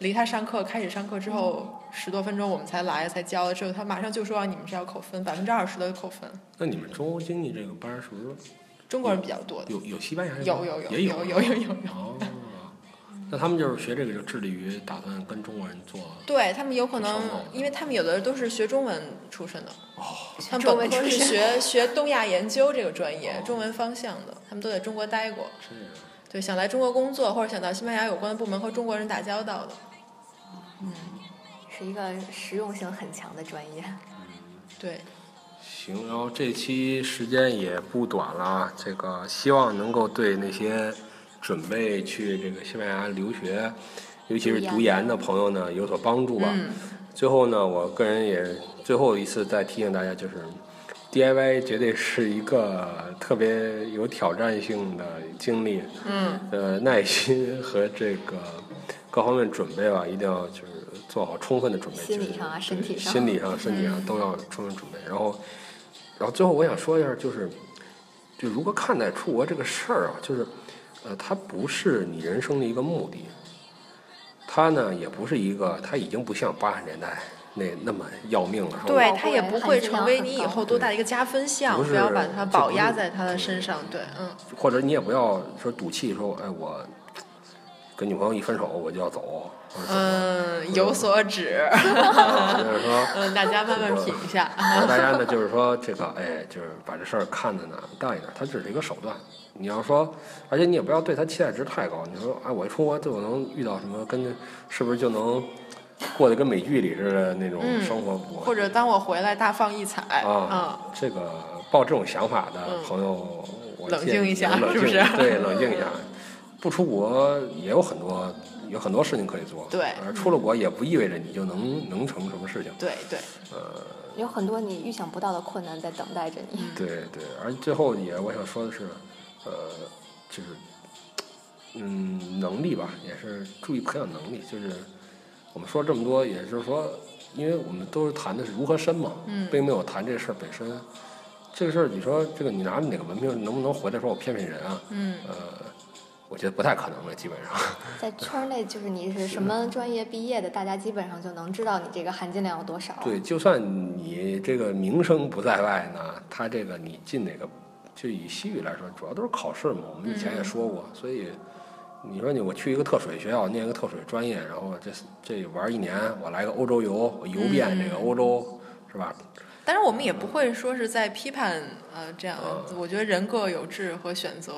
[SPEAKER 3] 离他上课开始上课之后十多分钟我们才来才交了，之后他马上就说、啊、你们是要扣分，百分之二十的扣分，
[SPEAKER 2] [laughs] 那你们中欧经济这个班儿是不是
[SPEAKER 3] 中国人比较多的，
[SPEAKER 2] 有有西班牙人吗？
[SPEAKER 3] 有有有
[SPEAKER 2] 嗯也
[SPEAKER 3] 有有有有有。
[SPEAKER 2] 哦，那他们就是学这个就致力于打算跟中国人做
[SPEAKER 3] 对他们有可
[SPEAKER 2] 双
[SPEAKER 3] 能
[SPEAKER 2] 语，
[SPEAKER 3] 因为他们有的都是学中文出身的，他们
[SPEAKER 5] 中
[SPEAKER 3] 本
[SPEAKER 5] 文
[SPEAKER 3] 科
[SPEAKER 5] 出
[SPEAKER 3] 是
[SPEAKER 5] 身
[SPEAKER 3] 学学东亚研究这个专业，中文方向的，他们都在中国待过，
[SPEAKER 2] 这个，
[SPEAKER 3] 对，想来中国工作或者想到西班牙有关的部门和中国人打交道的，
[SPEAKER 5] 是一个实用性很强的专业。
[SPEAKER 3] 对，
[SPEAKER 2] 行，然后这期时间也不短了啊，这个希望能够对那些准备去这个西班牙留学，尤其是读研的朋友呢有所帮助吧。
[SPEAKER 3] 嗯，
[SPEAKER 2] 最后呢，我个人也最后一次再提醒大家，就是 DIY 绝对是一个特别有挑战性的经历，
[SPEAKER 3] 嗯，
[SPEAKER 2] 呃，耐心和这个各方面准备吧，一定要就是做好充分的准备，
[SPEAKER 5] 心理
[SPEAKER 2] 就是
[SPEAKER 5] 上啊
[SPEAKER 2] 对
[SPEAKER 5] 身体上嗯
[SPEAKER 2] 心理上、身体上都要充分准备。然后，然后最后我想说一下，就是就如何看待出国这个事儿啊，就是呃，它不是你人生的一个目的。它呢也不是一个，它已经不像八十年代那那么要命了。是吧
[SPEAKER 3] 对
[SPEAKER 5] 包
[SPEAKER 3] 他
[SPEAKER 5] 括
[SPEAKER 3] 也
[SPEAKER 5] 人
[SPEAKER 3] 不
[SPEAKER 5] 含
[SPEAKER 3] 会
[SPEAKER 5] 金
[SPEAKER 3] 成
[SPEAKER 5] 量
[SPEAKER 3] 为
[SPEAKER 5] 很
[SPEAKER 3] 你以
[SPEAKER 5] 高
[SPEAKER 3] 后多大的一个加分项，
[SPEAKER 2] 不
[SPEAKER 3] 不要
[SPEAKER 2] 是
[SPEAKER 3] 把它
[SPEAKER 2] 就
[SPEAKER 3] 保
[SPEAKER 2] 不
[SPEAKER 3] 压
[SPEAKER 2] 是
[SPEAKER 3] 在他的
[SPEAKER 2] 对
[SPEAKER 3] 身上，对，嗯，
[SPEAKER 2] 或者你也不要说赌气说，哎，我跟女朋友一分手我就要走，或者怎么样
[SPEAKER 3] 嗯，有所指，
[SPEAKER 2] 啊就是说。
[SPEAKER 3] 嗯，大家慢慢品一下，
[SPEAKER 2] 然后大家
[SPEAKER 3] [laughs]
[SPEAKER 2] 呢，就是说这个，哎，就是把这事儿看得呢淡一点，它只是一个手段。你要说，而且你也不要对它期待值太高。你说，哎，我一出国就能遇到什么，跟是不是就能过得跟美剧里似的那种生活？我
[SPEAKER 3] 嗯或者当我回来大放异彩，嗯
[SPEAKER 2] 啊，，这个抱这种想法的朋友，我
[SPEAKER 3] 冷
[SPEAKER 2] 建
[SPEAKER 3] 静
[SPEAKER 2] 议
[SPEAKER 3] 一下
[SPEAKER 2] 能冷
[SPEAKER 3] 是不
[SPEAKER 2] 静
[SPEAKER 3] 是 [laughs]
[SPEAKER 2] 对，冷静一下。不出国也有很多有很多事情可以做，
[SPEAKER 3] 对
[SPEAKER 2] 而出了国也不意味着你就能能成什么事情。
[SPEAKER 3] 对对，
[SPEAKER 5] 有很多你预想不到的困难在等待着你。
[SPEAKER 3] 嗯
[SPEAKER 2] 对对，而最后也我想说的是，呃，就是，嗯，能力吧，也是注意培养能力。就是我们说这么多，也就是说，因为我们都是谈的是如何深嘛，
[SPEAKER 3] 嗯
[SPEAKER 2] 并没有谈这事儿本身。这个事儿，你说这个你拿着哪个文凭能不能回来说我骗骗人啊？
[SPEAKER 3] 嗯。
[SPEAKER 2] 呃，我觉得不太可能了，基本上。
[SPEAKER 5] [laughs] 在圈内就是你是什么专业毕业的，大家基本上就能知道你这个含金量有多少。
[SPEAKER 2] 对，就算你这个名声不在外呢，他这个你进哪个，就以西语来说，主要都是考试嘛。我们以前也说过，所以你说你我去一个特水学校念一个特水专业，然后这这玩一年，我来个欧洲游，我游遍这个欧洲，是吧？
[SPEAKER 3] 当然，我们也不会说是在批判呃这样，我觉得人各有志和选择。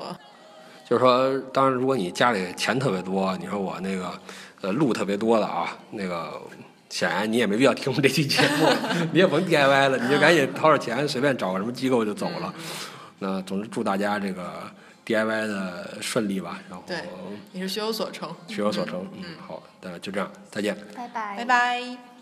[SPEAKER 2] 就是说，当然，如果你家里钱特别多，你说我那个呃路特别多的啊，那个显然你也没必要听我们这期节目， [laughs] 你也甭 DIY 了，你就赶紧掏点钱，随便找个什么机构就走了。那总之祝大家这个 DIY 的顺利吧，然后
[SPEAKER 3] 哦对你是学有所成，
[SPEAKER 2] 学有所成。嗯，好，那就这样，再见。
[SPEAKER 5] 拜拜，
[SPEAKER 3] 拜拜。